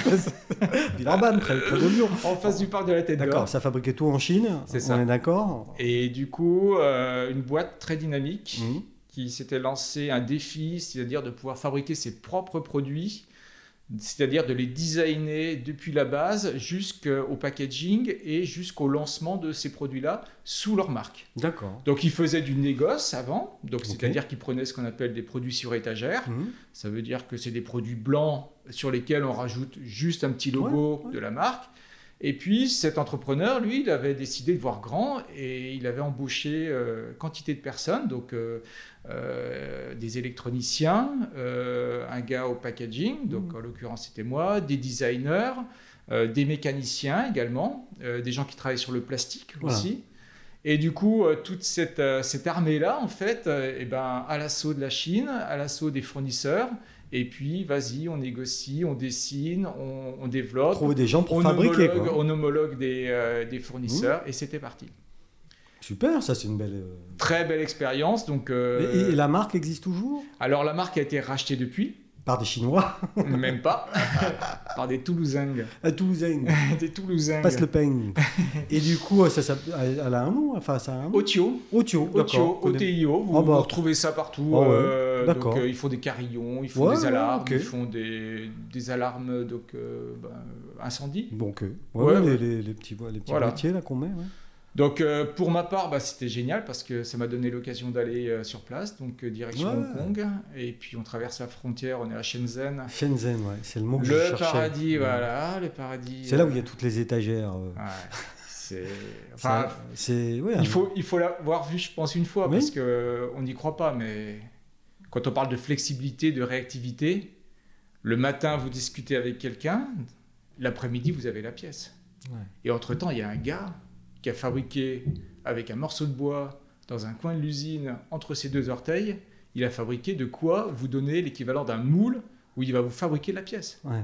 S3: [laughs] Villeurbanne, près, près de Lyon.
S2: en face du parc de la Tête
S3: D'accord,
S2: d'Or.
S3: ça fabriquait tout en Chine.
S2: C'est
S3: On
S2: ça.
S3: est d'accord.
S2: Et du coup, euh, une boîte très dynamique
S3: Mhm.
S2: qui s'était lancé un défi, c'est-à-dire de pouvoir fabriquer ses propres produits, c'est-à-dire de les designer depuis la base jusqu'au packaging et jusqu'au lancement de ces produits-là sous leur marque.
S3: D'accord.
S2: Donc ils faisaient du négoce avant, donc
S3: Ok.
S2: c'est-à-dire qu'ils prenaient ce qu'on appelle des produits sur étagère.
S3: Mhm.
S2: Ça veut dire que c'est des produits blancs sur lesquels on rajoute juste un petit logo
S3: Ouais, ouais.
S2: de la marque. Et puis cet entrepreneur, lui, il avait décidé de voir grand et il avait embauché euh, quantité de personnes, donc euh, euh, des électroniciens, euh, un gars au packaging, donc
S3: Mhm.
S2: en l'occurrence c'était moi, des designers, euh, des mécaniciens également, euh, des gens qui travaillent sur le plastique
S3: Voilà.
S2: aussi. Et du coup, euh, toute cette, euh, cette armée-là, en fait, euh, eh ben, à l'assaut de la Chine, à l'assaut des fournisseurs, et puis vas-y, on négocie, on dessine, on, on développe,
S3: Trouver des gens pour
S2: on,
S3: fabriquer.
S2: homologue,
S3: quoi. Mmh.
S2: on homologue des, euh, des fournisseurs, et c'était parti.
S3: Super, ça c'est une belle. euh,
S2: Très belle expérience. Donc, euh,
S3: Mais- Et, et la marque existe toujours
S2: Alors la marque a été rachetée depuis,
S3: Par des Chinois. [laughs]
S2: même pas, par des Toulousains.
S3: À Toulousaine.
S2: des Toulousains.
S3: Passe le [laughs] peigne. Et du coup, ça, s'appelle- elle elle a un nom Enfin, ça a un nom
S2: Otio,
S3: Otio.
S2: Otio,
S3: d'accord.
S2: OTIO, vous,
S3: Ah bah.
S2: vous retrouvez ça partout.
S3: Ah ouais,
S2: euh,
S3: d'accord.
S2: donc euh, ils font des carillons, ils font
S3: Ouais,
S2: des
S3: ouais,
S2: alarmes,
S3: ok.
S2: ils font des, des alarmes donc euh, ben, incendie.
S3: Bon, ok. Ouais,
S2: Ouais,
S3: ouais,
S2: ouais.
S3: Les, les- les petits, les petits
S2: Voilà.
S3: boîtiers, là qu'on met. ouais.
S2: Donc euh, pour ma part, bah, c'était génial parce que ça m'a donné l'occasion d'aller euh, sur place, donc euh, direction
S3: Ouais.
S2: Hong Kong, et puis on traverse la frontière, on est à Shenzhen.
S3: Shenzhen, ouais. c'est le mot que je
S2: Le
S3: cherchais.
S2: paradis,
S3: Ouais.
S2: voilà, le paradis.
S3: C'est là où il y a toutes les étagères. euh,
S2: Ouais,
S3: [laughs]
S2: c'est. Enfin,
S3: ça- c'est ouais, un-
S2: Il faut, il faut l'avoir vu, je pense, une fois,
S3: Oui.
S2: parce qu'on n'y croit pas, mais quand on parle de flexibilité, de réactivité, le matin, vous discutez avec quelqu'un, l'après-midi, vous avez la pièce.
S3: Ouais.
S2: Et entre-temps, il y a un gars qui a fabriqué avec un morceau de bois dans un coin de l'usine entre ses deux orteils, il a fabriqué de quoi vous donner l'équivalent d'un moule où il va vous fabriquer la pièce.
S3: Ouais.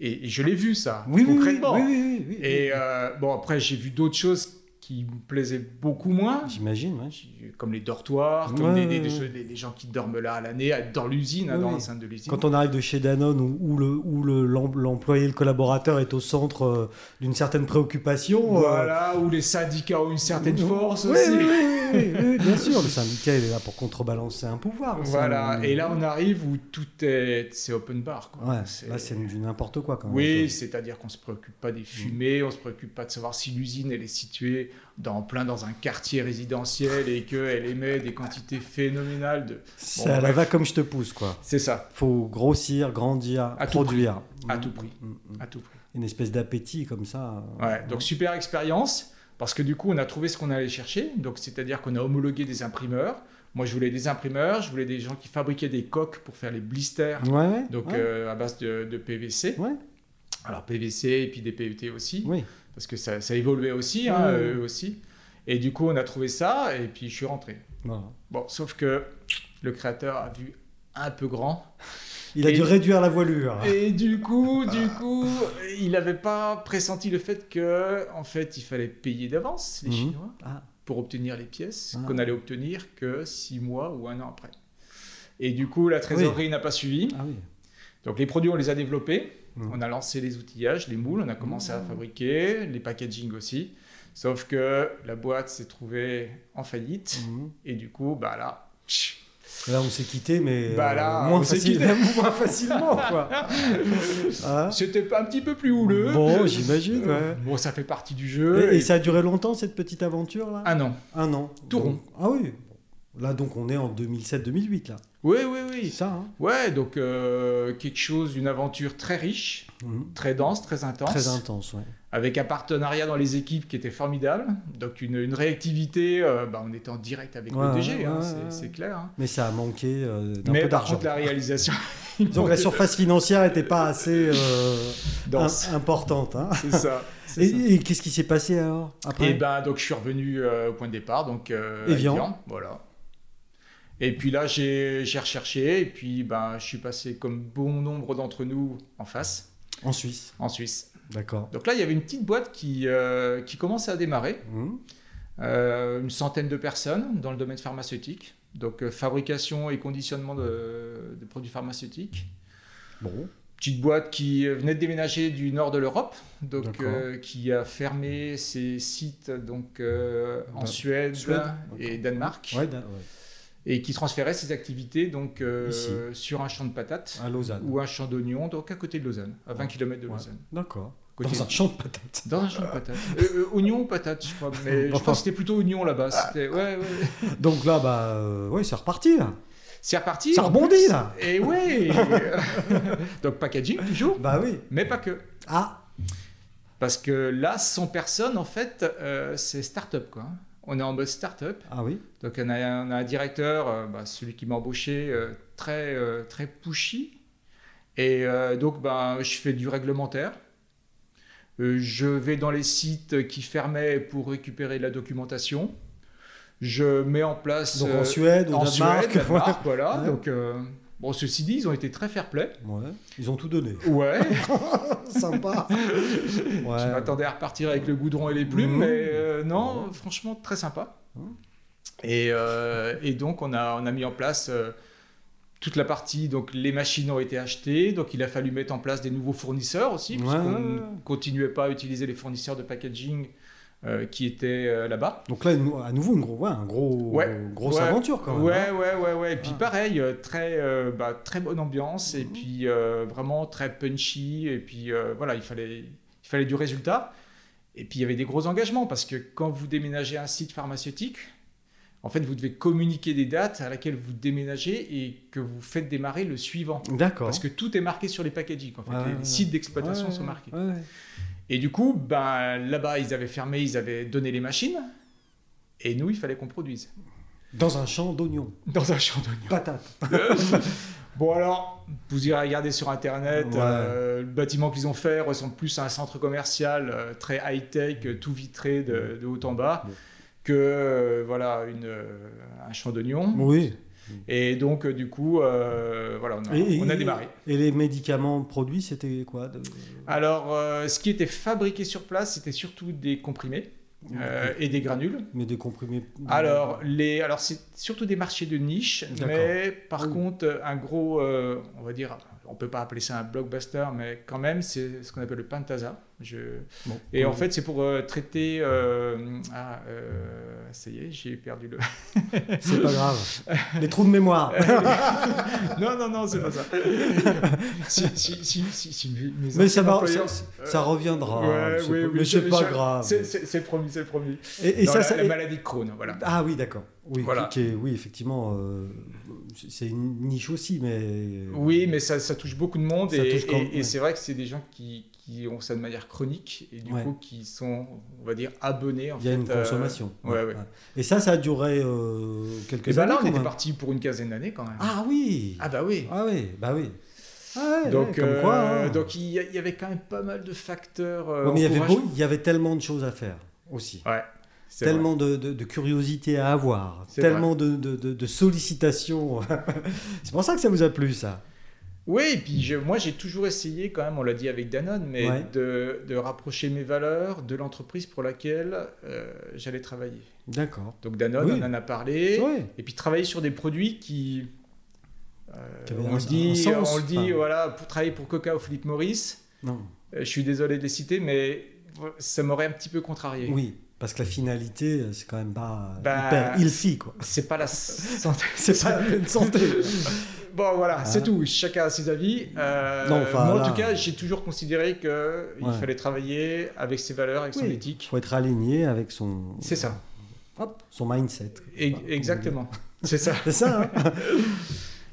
S2: Et, et je l'ai vu ça,
S3: Oui, oui, oui,
S2: concrètement.
S3: oui, oui, oui, oui.
S2: Et euh, bon, après, j'ai vu d'autres choses qui me plaisaient beaucoup moins,
S3: J'imagine, ouais.
S2: comme les dortoirs, comme des,
S3: Ouais,
S2: des-
S3: ouais,
S2: des
S3: ouais.
S2: choses- les- les gens qui dorment là à l'année, à- dans l'usine, hein,
S3: Oui,
S2: dans
S3: oui.
S2: l'enceinte de l'usine.
S3: Quand on arrive de chez Danone où, où le, où le- l'em- l'employé, le collaborateur est au centre euh, d'une certaine préoccupation. euh,
S2: Voilà, où les syndicats ont une certaine
S3: oui,
S2: force
S3: oui,
S2: aussi.
S3: oui, oui, oui,
S2: [laughs]
S3: oui, bien sûr, le syndicat il est là pour contrebalancer un pouvoir. c'est
S2: Voilà,
S3: un-
S2: et là on arrive où tout est. C'est open bar. Quoi.
S3: Ouais, là c'est du n'importe quoi quand même.
S2: Oui, c'est-à-dire qu'on se préoccupe
S3: Mm.
S2: pas des fumées, on se préoccupe pas de savoir si l'usine elle est située dans plein dans un quartier résidentiel et qu'elle émet des quantités phénoménales de.
S3: ça
S2: bon,
S3: la
S2: bref.
S3: va comme je te pousse quoi.
S2: C'est ça,
S3: Faut grossir, grandir,
S2: À tout
S3: produire.
S2: à
S3: Mm,
S2: tout prix,
S3: mm, mm.
S2: à tout prix.
S3: Une espèce d'appétit comme ça. euh,
S2: Ouais, donc super expérience parce que du coup on a trouvé ce qu'on allait chercher. Donc c'est-à-dire qu'on a homologué des imprimeurs. Moi je voulais des imprimeurs, je voulais des gens qui fabriquaient des coques pour faire les blisters.
S3: Ouais, ouais.
S2: Donc
S3: ouais.
S2: euh, à base de, de PVC.
S3: Ouais.
S2: Alors PVC et puis des PET aussi,
S3: Oui.
S2: parce que ça, ça évoluait aussi, hein,
S3: Ouais.
S2: eux aussi. Et du coup, on a trouvé ça et puis je suis rentré.
S3: Voilà.
S2: Bon, sauf que le créateur a vu un peu grand.
S3: Il a
S2: Et-
S3: dû réduire la voilure.
S2: Et du coup, du coup, il n'avait pas pressenti le fait que, en fait, il fallait payer d'avance les
S3: Mhm.
S2: Chinois
S3: Ah.
S2: pour obtenir les pièces
S3: Ah.
S2: qu'on allait obtenir que six mois ou un an après. Et du coup, la trésorerie n'a pas suivi.
S3: Ah oui.
S2: Donc les produits, on les a développés.
S3: Mhm.
S2: On a lancé les outillages, les moules, on a commencé
S3: Ah.
S2: à fabriquer, les packaging aussi. Sauf que la boîte s'est trouvée en faillite.
S3: Mhm.
S2: Et du coup, bah là, tch,
S3: Là, on s'est quitté, mais euh,
S2: Bah là,
S3: moins,
S2: on s'est
S3: facile-
S2: quitté.
S3: [laughs] moins facilement,
S2: [laughs]
S3: quoi. Hein
S2: c'était pas un petit peu plus houleux.
S3: Bon, j'imagine,
S2: Euh,
S3: ouais.
S2: Bon, ça fait partie du
S3: et,
S2: jeu.
S3: et ça a duré longtemps, cette petite aventure, là
S2: Ah non.
S3: Un an.
S2: Tout
S3: Donc-
S2: rond.
S3: Ah oui. Là, donc, on est en 2007-2008, là.
S2: Oui, oui,
S3: C'est
S2: oui.
S3: ça, hein
S2: Ouais, donc euh, quelque chose, une aventure très riche,
S3: Mhm.
S2: très dense, très intense.
S3: Très intense, ouais.
S2: avec un partenariat dans les équipes qui était formidable. Donc une, une réactivité, euh, bah, on était en direct avec
S3: Ouais,
S2: le DG,
S3: ouais,
S2: hein,
S3: ouais,
S2: c'est-
S3: ouais.
S2: c'est clair. hein.
S3: Mais ça a manqué euh, d'un
S2: Mais
S3: peu
S2: par
S3: d'argent.
S2: contre, la
S3: [laughs]
S2: réalisation,
S3: Donc, la surface financière n'était pas assez euh,
S2: dense.
S3: [laughs] im- importante. hein.
S2: C'est ça. c'est ça.
S3: Et, et qu'est-ce qui s'est passé, alors, après
S2: Et ben donc je suis revenu euh, au point de départ, donc euh,
S3: Evian.
S2: à Evian, voilà. Et puis là j'ai j'ai recherché et puis ben je suis passé comme bon nombre d'entre nous en face,
S3: En Suisse,
S2: en Suisse.
S3: d'accord.
S2: Donc là il y avait une petite boîte qui euh, qui commençait à démarrer,
S3: Mhm.
S2: euh, une centaine de personnes dans le domaine pharmaceutique, donc euh, fabrication et conditionnement de, de produits pharmaceutiques.
S3: Bon,
S2: Petite boîte qui euh, venait de déménager du nord de l'Europe, donc
S3: D'accord.
S2: euh, qui a fermé ses sites donc euh, en
S3: Da-
S2: Suède,
S3: Bah, Suède,
S2: et Danemark,
S3: ouais, d'a- ouais.
S2: et qui transférait ses activités donc euh,
S3: Ici.
S2: sur un champ de patates
S3: à Lausanne.
S2: ou un champ d'oignons, donc à côté de Lausanne, à 20
S3: Ouais.
S2: km de
S3: Ouais.
S2: Lausanne.
S3: D'accord.
S2: Côté-
S3: Dans un champ
S2: [laughs]
S3: de patates.
S2: dans un champ de patates. Euh, euh, oignons ou patates, je crois. Mais je
S3: Enfin.
S2: pense que c'était plutôt oignons là-bas. C'était- ouais, ouais, ouais.
S3: Donc là, bah, euh, ouais, c'est reparti là.
S2: C'est reparti.
S3: Ça
S2: en
S3: rebondit,
S2: plus.
S3: là.
S2: Et ouais. [laughs] Donc packaging toujours,
S3: Bah oui.
S2: mais pas que.
S3: Ah,
S2: Parce que là, 100 personnes, en fait, euh, c'est start-up quoi. On est en mode start-up.
S3: ah oui.
S2: Donc on a, on a un directeur, euh, bah, celui qui m'a embauché, euh, très euh, très pushy. Et euh, donc bah, je fais du réglementaire. Euh, je vais dans les sites qui fermaient pour récupérer la documentation. Je mets en place
S3: Donc
S2: euh,
S3: en Suède, au
S2: en
S3: Danemark.
S2: Suède, bah. Danemark, voilà.
S3: [laughs] Ouais.
S2: Donc, euh, bon, ceci dit, ils ont été très fair-play.
S3: Ouais. Ils ont
S2: [laughs]
S3: tout donné.
S2: Ouais,
S3: Sympa.
S2: je
S3: Ouais.
S2: m'attendais à repartir avec le goudron et les plumes,
S3: Mmh.
S2: mais euh, non, franchement, très sympa.
S3: Mmh.
S2: Et, euh, et donc, on a, on a mis en place euh, toute la partie. Donc, les machines ont été achetées, donc il a fallu mettre en place des nouveaux fournisseurs aussi,
S3: Ouais,
S2: parce qu'on
S3: ouais, ouais.
S2: ne continuait pas à utiliser les fournisseurs de packaging euh, qui étaient euh, là-bas.
S3: Donc là, une- à nouveau, une gros, ouais, un gros,
S2: Ouais.
S3: grosse
S2: Ouais.
S3: aventure quand même.
S2: Ouais,
S3: hein.
S2: ouais, ouais, ouais. Et puis
S3: Ah. Mm-hmm.
S2: pareil, euh, très, euh, bah, très bonne ambiance et puis euh, vraiment très punchy. Et puis euh, voilà, il fallait, il fallait du résultat. Et puis il y avait des gros engagements parce que quand vous déménagez un site pharmaceutique, en fait, vous devez communiquer des dates à laquelle vous déménagez et que vous faites démarrer le suivant.
S3: hein. D'accord.
S2: Parce que tout est marqué sur les packaging. En fait,
S3: Ouais,
S2: les,
S3: ouais,
S2: les sites d'exploitation
S3: Ouais,
S2: sont marqués.
S3: ouais, ouais.
S2: Et du coup, ben, là-bas, ils avaient fermé, ils avaient donné les machines. Et nous, il fallait qu'on produise
S3: Dans un champ d'oignons,
S2: dans un champ d'oignons.
S3: patates.
S2: Bon alors, vous irez regarder sur internet,
S3: Ouais.
S2: euh, le bâtiment qu'ils ont fait ressemble plus à un centre commercial euh, très high-tech, euh, tout vitré de, de haut en bas,
S3: Ouais.
S2: que euh, voilà une, euh, un champ d'oignons.
S3: Oui.
S2: Et donc euh, du coup, euh, voilà, on a,
S3: Et-
S2: on a
S3: et-
S2: démarré.
S3: Et les médicaments produits, c'était quoi de-
S2: Alors, euh, ce qui était fabriqué sur place, c'était surtout des comprimés euh, et des granules.
S3: Mais des comprimés.
S2: Alors, les, alors c'est surtout des marchés de niche,
S3: euh, D'accord.
S2: mais par
S3: Oui.
S2: contre, un gros, euh, on va dire, on peut pas appeler ça un blockbuster, mais quand même, c'est ce qu'on appelle le Pantasa. Je...
S3: Bon.
S2: Et en fait, c'est pour euh, traiter. euh, ah, euh, ça y est, j'ai perdu le. [laughs]
S3: c'est pas grave. Les trous de mémoire.
S2: non, non, non, c'est
S3: [laughs]
S2: pas ça. si, si, si, si, si mes- mes
S3: Mais ça
S2: anciens
S3: va,
S2: employeurs-
S3: ça,
S2: euh,
S3: ça reviendra.
S2: ouais,
S3: c'est
S2: oui,
S3: pas-
S2: oui,
S3: mais c'est
S2: je-
S3: pas
S2: je-
S3: grave.
S2: C'est c'est- c'est promis, c'est promis.
S3: Et, et
S2: Dans
S3: ça,
S2: la,
S3: ça-
S2: la
S3: et-
S2: maladie de Crohn, voilà.
S3: Ah oui, d'accord. Oui,
S2: Voilà.
S3: qui est- oui, effectivement, euh, c'est une niche aussi, mais.
S2: Oui, mais ça, ça touche beaucoup de monde
S3: Ça
S2: et,
S3: touche quand-
S2: et- et
S3: ouais.
S2: c'est vrai que c'est des gens qui, qui ont ça de manière chronique et du
S3: Ouais.
S2: coup qui sont, on va dire, abonnés. En
S3: Il y a
S2: fait,
S3: une
S2: euh,
S3: consommation.
S2: ouais, ouais.
S3: Et ça, ça a duré euh, quelques
S2: Et ben
S3: années.
S2: là, on
S3: quand
S2: était
S3: même.
S2: parti pour une quinzaine d'années quand même.
S3: Ah oui
S2: Ah bah oui.
S3: Ah oui, bah oui. Ah ouais,
S2: donc,
S3: ouais, comme
S2: euh,
S3: quoi. hein.
S2: donc il y, a- il y avait quand même pas mal de facteurs. euh,
S3: Ouais, mais il y, avait
S2: encourageants.
S3: beau- il y avait tellement de choses à faire aussi.
S2: C'est vrai.
S3: Tellement de, de, de curiosité à avoir,
S2: C'est
S3: tellement de, de, de- de sollicitations. [laughs] c'est pour ça que ça vous a plu, ça.
S2: Oui, et puis je- moi j'ai toujours essayé quand même, on l'a dit avec Danone, mais
S3: Ouais.
S2: de, de rapprocher mes valeurs de l'entreprise pour laquelle euh, j'allais travailler.
S3: D'accord.
S2: Donc Danone,
S3: Oui.
S2: on en a parlé.
S3: Ouais.
S2: Et puis travailler sur des produits qui. euh,
S3: Qui avaient
S2: on,
S3: un-
S2: le dit,
S3: un sens,
S2: on le dit,
S3: enfin.
S2: voilà, pour travailler pour Coca ou Philippe Maurice,
S3: Non.
S2: euh, je suis désolé de les citer, mais ça m'aurait un petit peu contrarié.
S3: Oui, parce que la finalité, c'est quand même pas
S2: Bah,
S3: hyper healthy, quoi. [laughs]
S2: C'est pas la santé.
S3: C'est pas la pleine santé.
S2: [laughs] Bon, voilà,
S3: Hein
S2: c'est tout. Chacun a ses avis. Euh,
S3: Non, enfin,
S2: moi, en
S3: là-
S2: tout cas, j'ai toujours considéré qu'il il
S3: Ouais.
S2: fallait travailler avec ses valeurs, avec son
S3: Oui. Bah, Il
S2: éthique.
S3: faut être aligné avec son,
S2: C'est ça.
S3: hop, son mindset.
S2: E-
S3: Enfin, [laughs]
S2: exactement. C'est ça.
S3: C'est ça, hein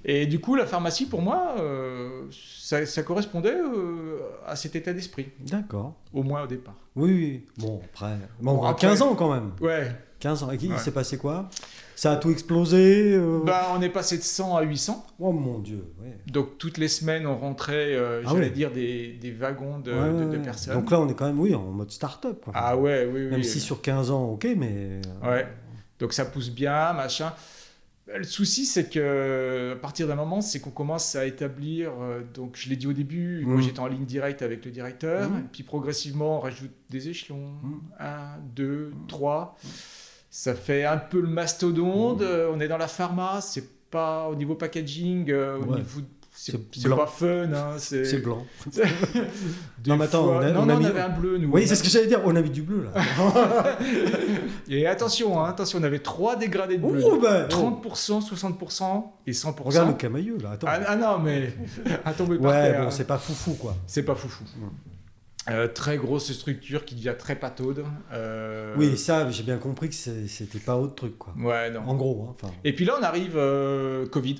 S2: Et du coup, la pharmacie, pour moi, euh, ça, ça correspondait euh, à cet état d'esprit,
S3: D'accord.
S2: au moins au départ.
S3: Oui, oui. Bon, après. Bon,
S2: Bon, après-
S3: 15 ans quand même.
S2: Ouais,
S3: 15 ans. Et il
S2: Ouais.
S3: s'est passé quoi Ça a tout explosé euh,
S2: Bah, on est passé de 100 à 800.
S3: Oh mon dieu, ouais.
S2: Donc, toutes les semaines, on rentrait, euh,
S3: Ah
S2: j'allais
S3: ouais.
S2: dire, des, des wagons de,
S3: Ouais,
S2: de-
S3: ouais,
S2: de
S3: ouais.
S2: personnes.
S3: Donc là, on est quand même, oui, en mode start-up. quoi.
S2: ah ouais, oui, oui.
S3: Même si sur 15 ans, ok, mais. euh,
S2: Ouais. Donc, ça pousse bien, machin. Euh, Le souci, c'est que à partir d'un moment, c'est qu'on commence à établir. euh, donc, je l'ai dit au début, moi
S3: Mm.
S2: j'étais en ligne directe avec le directeur,
S3: Mm.
S2: puis progressivement, on rajoute des échelons
S3: Mm.
S2: 1, 2, 3. Ça fait un peu le mastodonte.
S3: Mm.
S2: euh, on est dans la pharma, c'est pas au niveau packaging, euh, au
S3: Ouais.
S2: niveau. C'est
S3: C'est
S2: c'est
S3: blanc.
S2: pas fun, hein, c'est.
S3: C'est
S2: [laughs]
S3: blanc. [laughs]
S2: Des
S3: Non, mais attends,
S2: fois-
S3: on a-
S2: non,
S3: on a
S2: non,
S3: mis-
S2: avait un bleu, nous.
S3: Oui, c'est ce que j'allais dire. On a mis
S2: [laughs]
S3: du bleu, là.
S2: Et attention, hein, attention, on avait trois dégradés de bleu.
S3: oh, ben, oh.
S2: 30%, 60% et 100%.
S3: Regarde le camailleux, là. Attends.
S2: ah, ah non,
S3: [laughs]
S2: mais à tomber par
S3: ouais,
S2: terre, hein.
S3: bon, c'est pas foufou, quoi.
S2: c'est pas foufou.
S3: Mm.
S2: Euh, très grosse structure qui devient très pataude. euh,
S3: Oui, ça, j'ai bien compris que c'est- c'était pas autre truc, quoi.
S2: Ouais, non.
S3: En gros, hein, enfin.
S2: Et puis là, on arrive euh, Covid,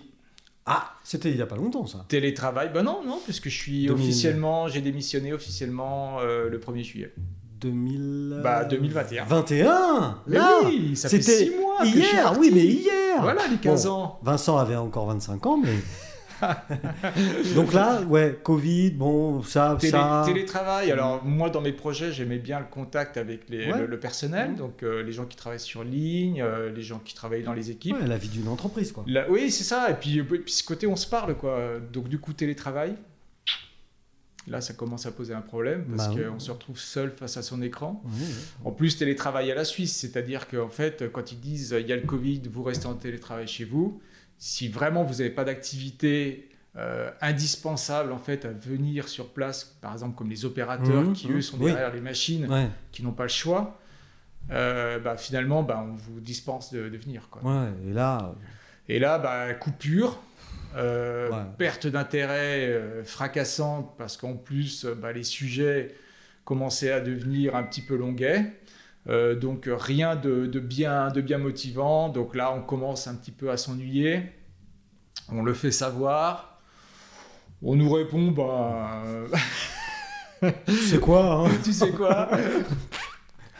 S3: Ah, c'était il y a pas longtemps, ça.
S2: télétravail. Ben non, non, puisque je suis
S3: 2000.
S2: officiellement, j'ai démissionné officiellement euh, le 1er juillet.
S3: 2000...
S2: Bah, 2021.
S3: 21
S2: Mais
S3: Là
S2: oui, ça fait
S3: Ah, c'était
S2: 6 mois. que je suis
S3: Hier,
S2: parti.
S3: oui, mais hier
S2: Voilà, les 15 ans.
S3: Vincent avait encore 25 ans, mais... [laughs] Donc là, ouais, Covid, bon, ça,
S2: Télé-
S3: ça...
S2: Télétravail. Alors moi, dans mes projets, j'aimais bien le contact avec les-
S3: Ouais.
S2: le, le personnel,
S3: Mhm.
S2: donc euh, les gens qui travaillent sur ligne, euh, les gens qui travaillent dans les équipes.
S3: Ouais, la vie d'une entreprise, quoi.
S2: Là- oui, c'est ça. Et puis, et puis ce côté, on se parle quoi. Donc du coup, télétravail. Là, ça commence à poser un problème parce
S3: Bah oui.
S2: qu'on se retrouve seul face à son écran.
S3: Ouais, ouais.
S2: En plus, télétravail à la Suisse, c'est-à-dire qu'en fait, quand ils disent il y a le Covid, vous restez en télétravail chez vous, si vraiment vous n'avez pas d'activité euh, indispensable en fait à venir sur place, par exemple comme les opérateurs
S3: Mhm,
S2: qui
S3: mhm,
S2: eux sont
S3: oui.
S2: derrière les machines,
S3: Ouais,
S2: qui n'ont pas le choix, euh, bah, finalement bah, on vous dispense de, de venir. Quoi.
S3: ouais,
S2: [laughs]
S3: et là...
S2: Et là, bah, coupure. euh,
S3: Ouais.
S2: Perte d'intérêt euh, fracassante parce qu'en plus euh, bah, les sujets commençaient à devenir un petit peu longuets. Euh, donc euh, rien de, de bien, de bien motivant. Donc là, on commence un petit peu à s'ennuyer. On le fait savoir. On nous répond, bah, euh, [laughs]
S3: C'est quoi, hein
S2: tu sais quoi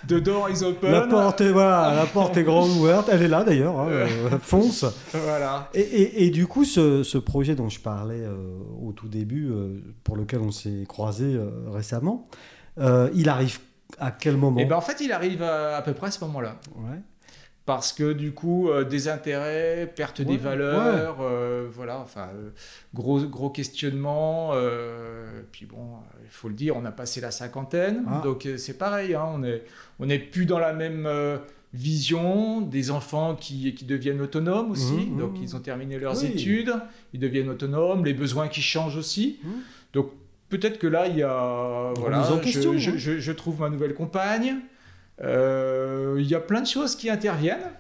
S2: Dedans, ils open.
S3: La porte, est, voilà, la porte est grande ouverte. Elle est là d'ailleurs, hein,
S2: Euh.
S3: euh, fonce.
S2: Voilà.
S3: Et, et- et du coup, ce, ce projet dont je parlais euh, au tout début, euh, pour lequel on s'est croisé récemment, euh, il arrive à quel moment
S2: Et ben en fait, il arrive à, à peu près à ce moment-là.
S3: Ouais.
S2: Parce que du coup, euh, des intérêts, perte
S3: Ouais,
S2: des valeurs, euh, voilà, enfin, euh, gros, gros questionnement. euh, puis bon, euh, il faut le dire, on a passé la cinquantaine,
S3: Ah.
S2: donc euh, c'est pareil, hein, on n'est on est plus dans la même euh, vision, des enfants qui, qui deviennent autonomes aussi,
S3: Mhm,
S2: donc
S3: mhm.
S2: ils ont terminé leurs
S3: Oui.
S2: études, ils deviennent autonomes, les besoins qui changent aussi.
S3: Mhm.
S2: Donc peut-être que là, il y a... Voilà,
S3: remise
S2: je-
S3: en question,
S2: je-
S3: hein.
S2: je- je trouve ma nouvelle compagne. Euh, Il y a plein de choses qui interviennent.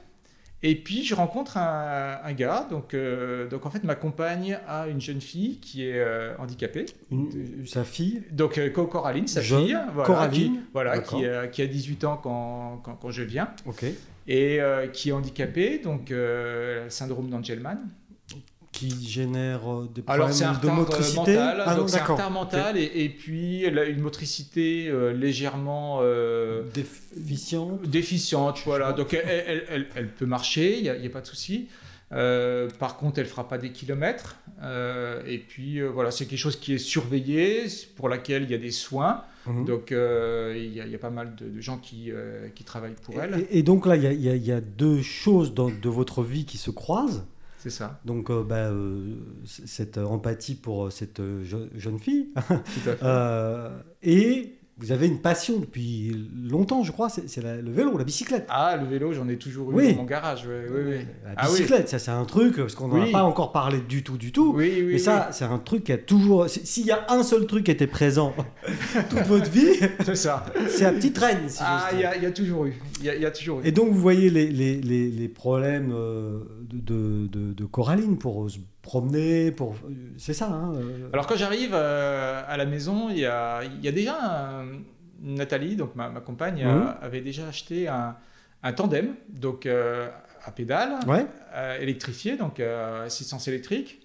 S2: Et puis je rencontre un, un gars. Donc, euh, donc en fait, ma compagne a une jeune fille qui est euh, handicapée.
S3: Une- sa fille
S2: Donc euh, Co- Coraline, sa
S3: Jeune,
S2: fille. Voilà,
S3: Coraline,
S2: qui, voilà,
S3: d'accord.
S2: qui, a, qui a 18 ans quand, quand, quand je viens.
S3: Ok.
S2: Et euh, qui est handicapée. Donc euh, elle a le syndrome d'Angelman.
S3: qui génère euh, des
S2: Alors
S3: problèmes
S2: c'est un
S3: de
S2: retard euh,
S3: motricité.
S2: mental,
S3: Ah non,
S2: donc c'est un
S3: d'accord.
S2: retard mental et, et puis elle a une motricité euh, légèrement euh,
S3: Ok. Déficient.
S2: déficiente, voilà. Donc elle, elle- elle- elle peut marcher, il n'y a, y a pas de souci. Euh, par contre, elle fera pas des kilomètres. Euh, et puis euh, voilà, c'est quelque chose qui est surveillé, pour laquelle il y a des soins.
S3: Mhm.
S2: Donc euh, il y, a- il y a pas mal de, de gens qui, euh, qui travaillent pour elle.
S3: Et, et donc là, il y a- il y, a- il y a deux choses dans- de votre vie qui se croisent.
S2: C'est ça.
S3: Donc, euh, bah, euh, c- cette empathie pour euh, cette euh, je- jeune
S2: [laughs]
S3: fille.
S2: Tout à fait.
S3: Euh, et vous avez une passion depuis longtemps, je crois, c'est c'est la- le vélo, la bicyclette.
S2: Ah, le vélo, j'en ai toujours eu
S3: Oui.
S2: dans mon garage. ouais, ouais, ouais.
S3: La
S2: Ah oui.
S3: bicyclette, ça c'est un truc, parce qu'on n'en a
S2: Oui.
S3: pas encore parlé du tout, du tout.
S2: Oui, oui,
S3: mais
S2: oui.
S3: ça, c'est un truc qui a toujours. si- S'il y a un seul truc qui était présent [laughs] toute votre vie,
S2: [laughs] c'est ça.
S3: c'est la petite reine, si j'ose
S2: Ah, il
S3: dire.
S2: y, a- il y a toujours eu. Il y a- il y a toujours eu.
S3: Et donc, vous voyez les, les- les- les problèmes euh, de, de- de- de Coraline pour euh, se promener, pour. C'est ça, hein euh,
S2: Alors quand j'arrive euh, à la maison, il y a, il y a déjà un- Nathalie, donc ma, ma compagne,
S3: Mhm.
S2: euh, avait déjà acheté un, un tandem, donc euh, à pédale,
S3: Ouais,
S2: euh, électrifié, donc euh, assistance électrique,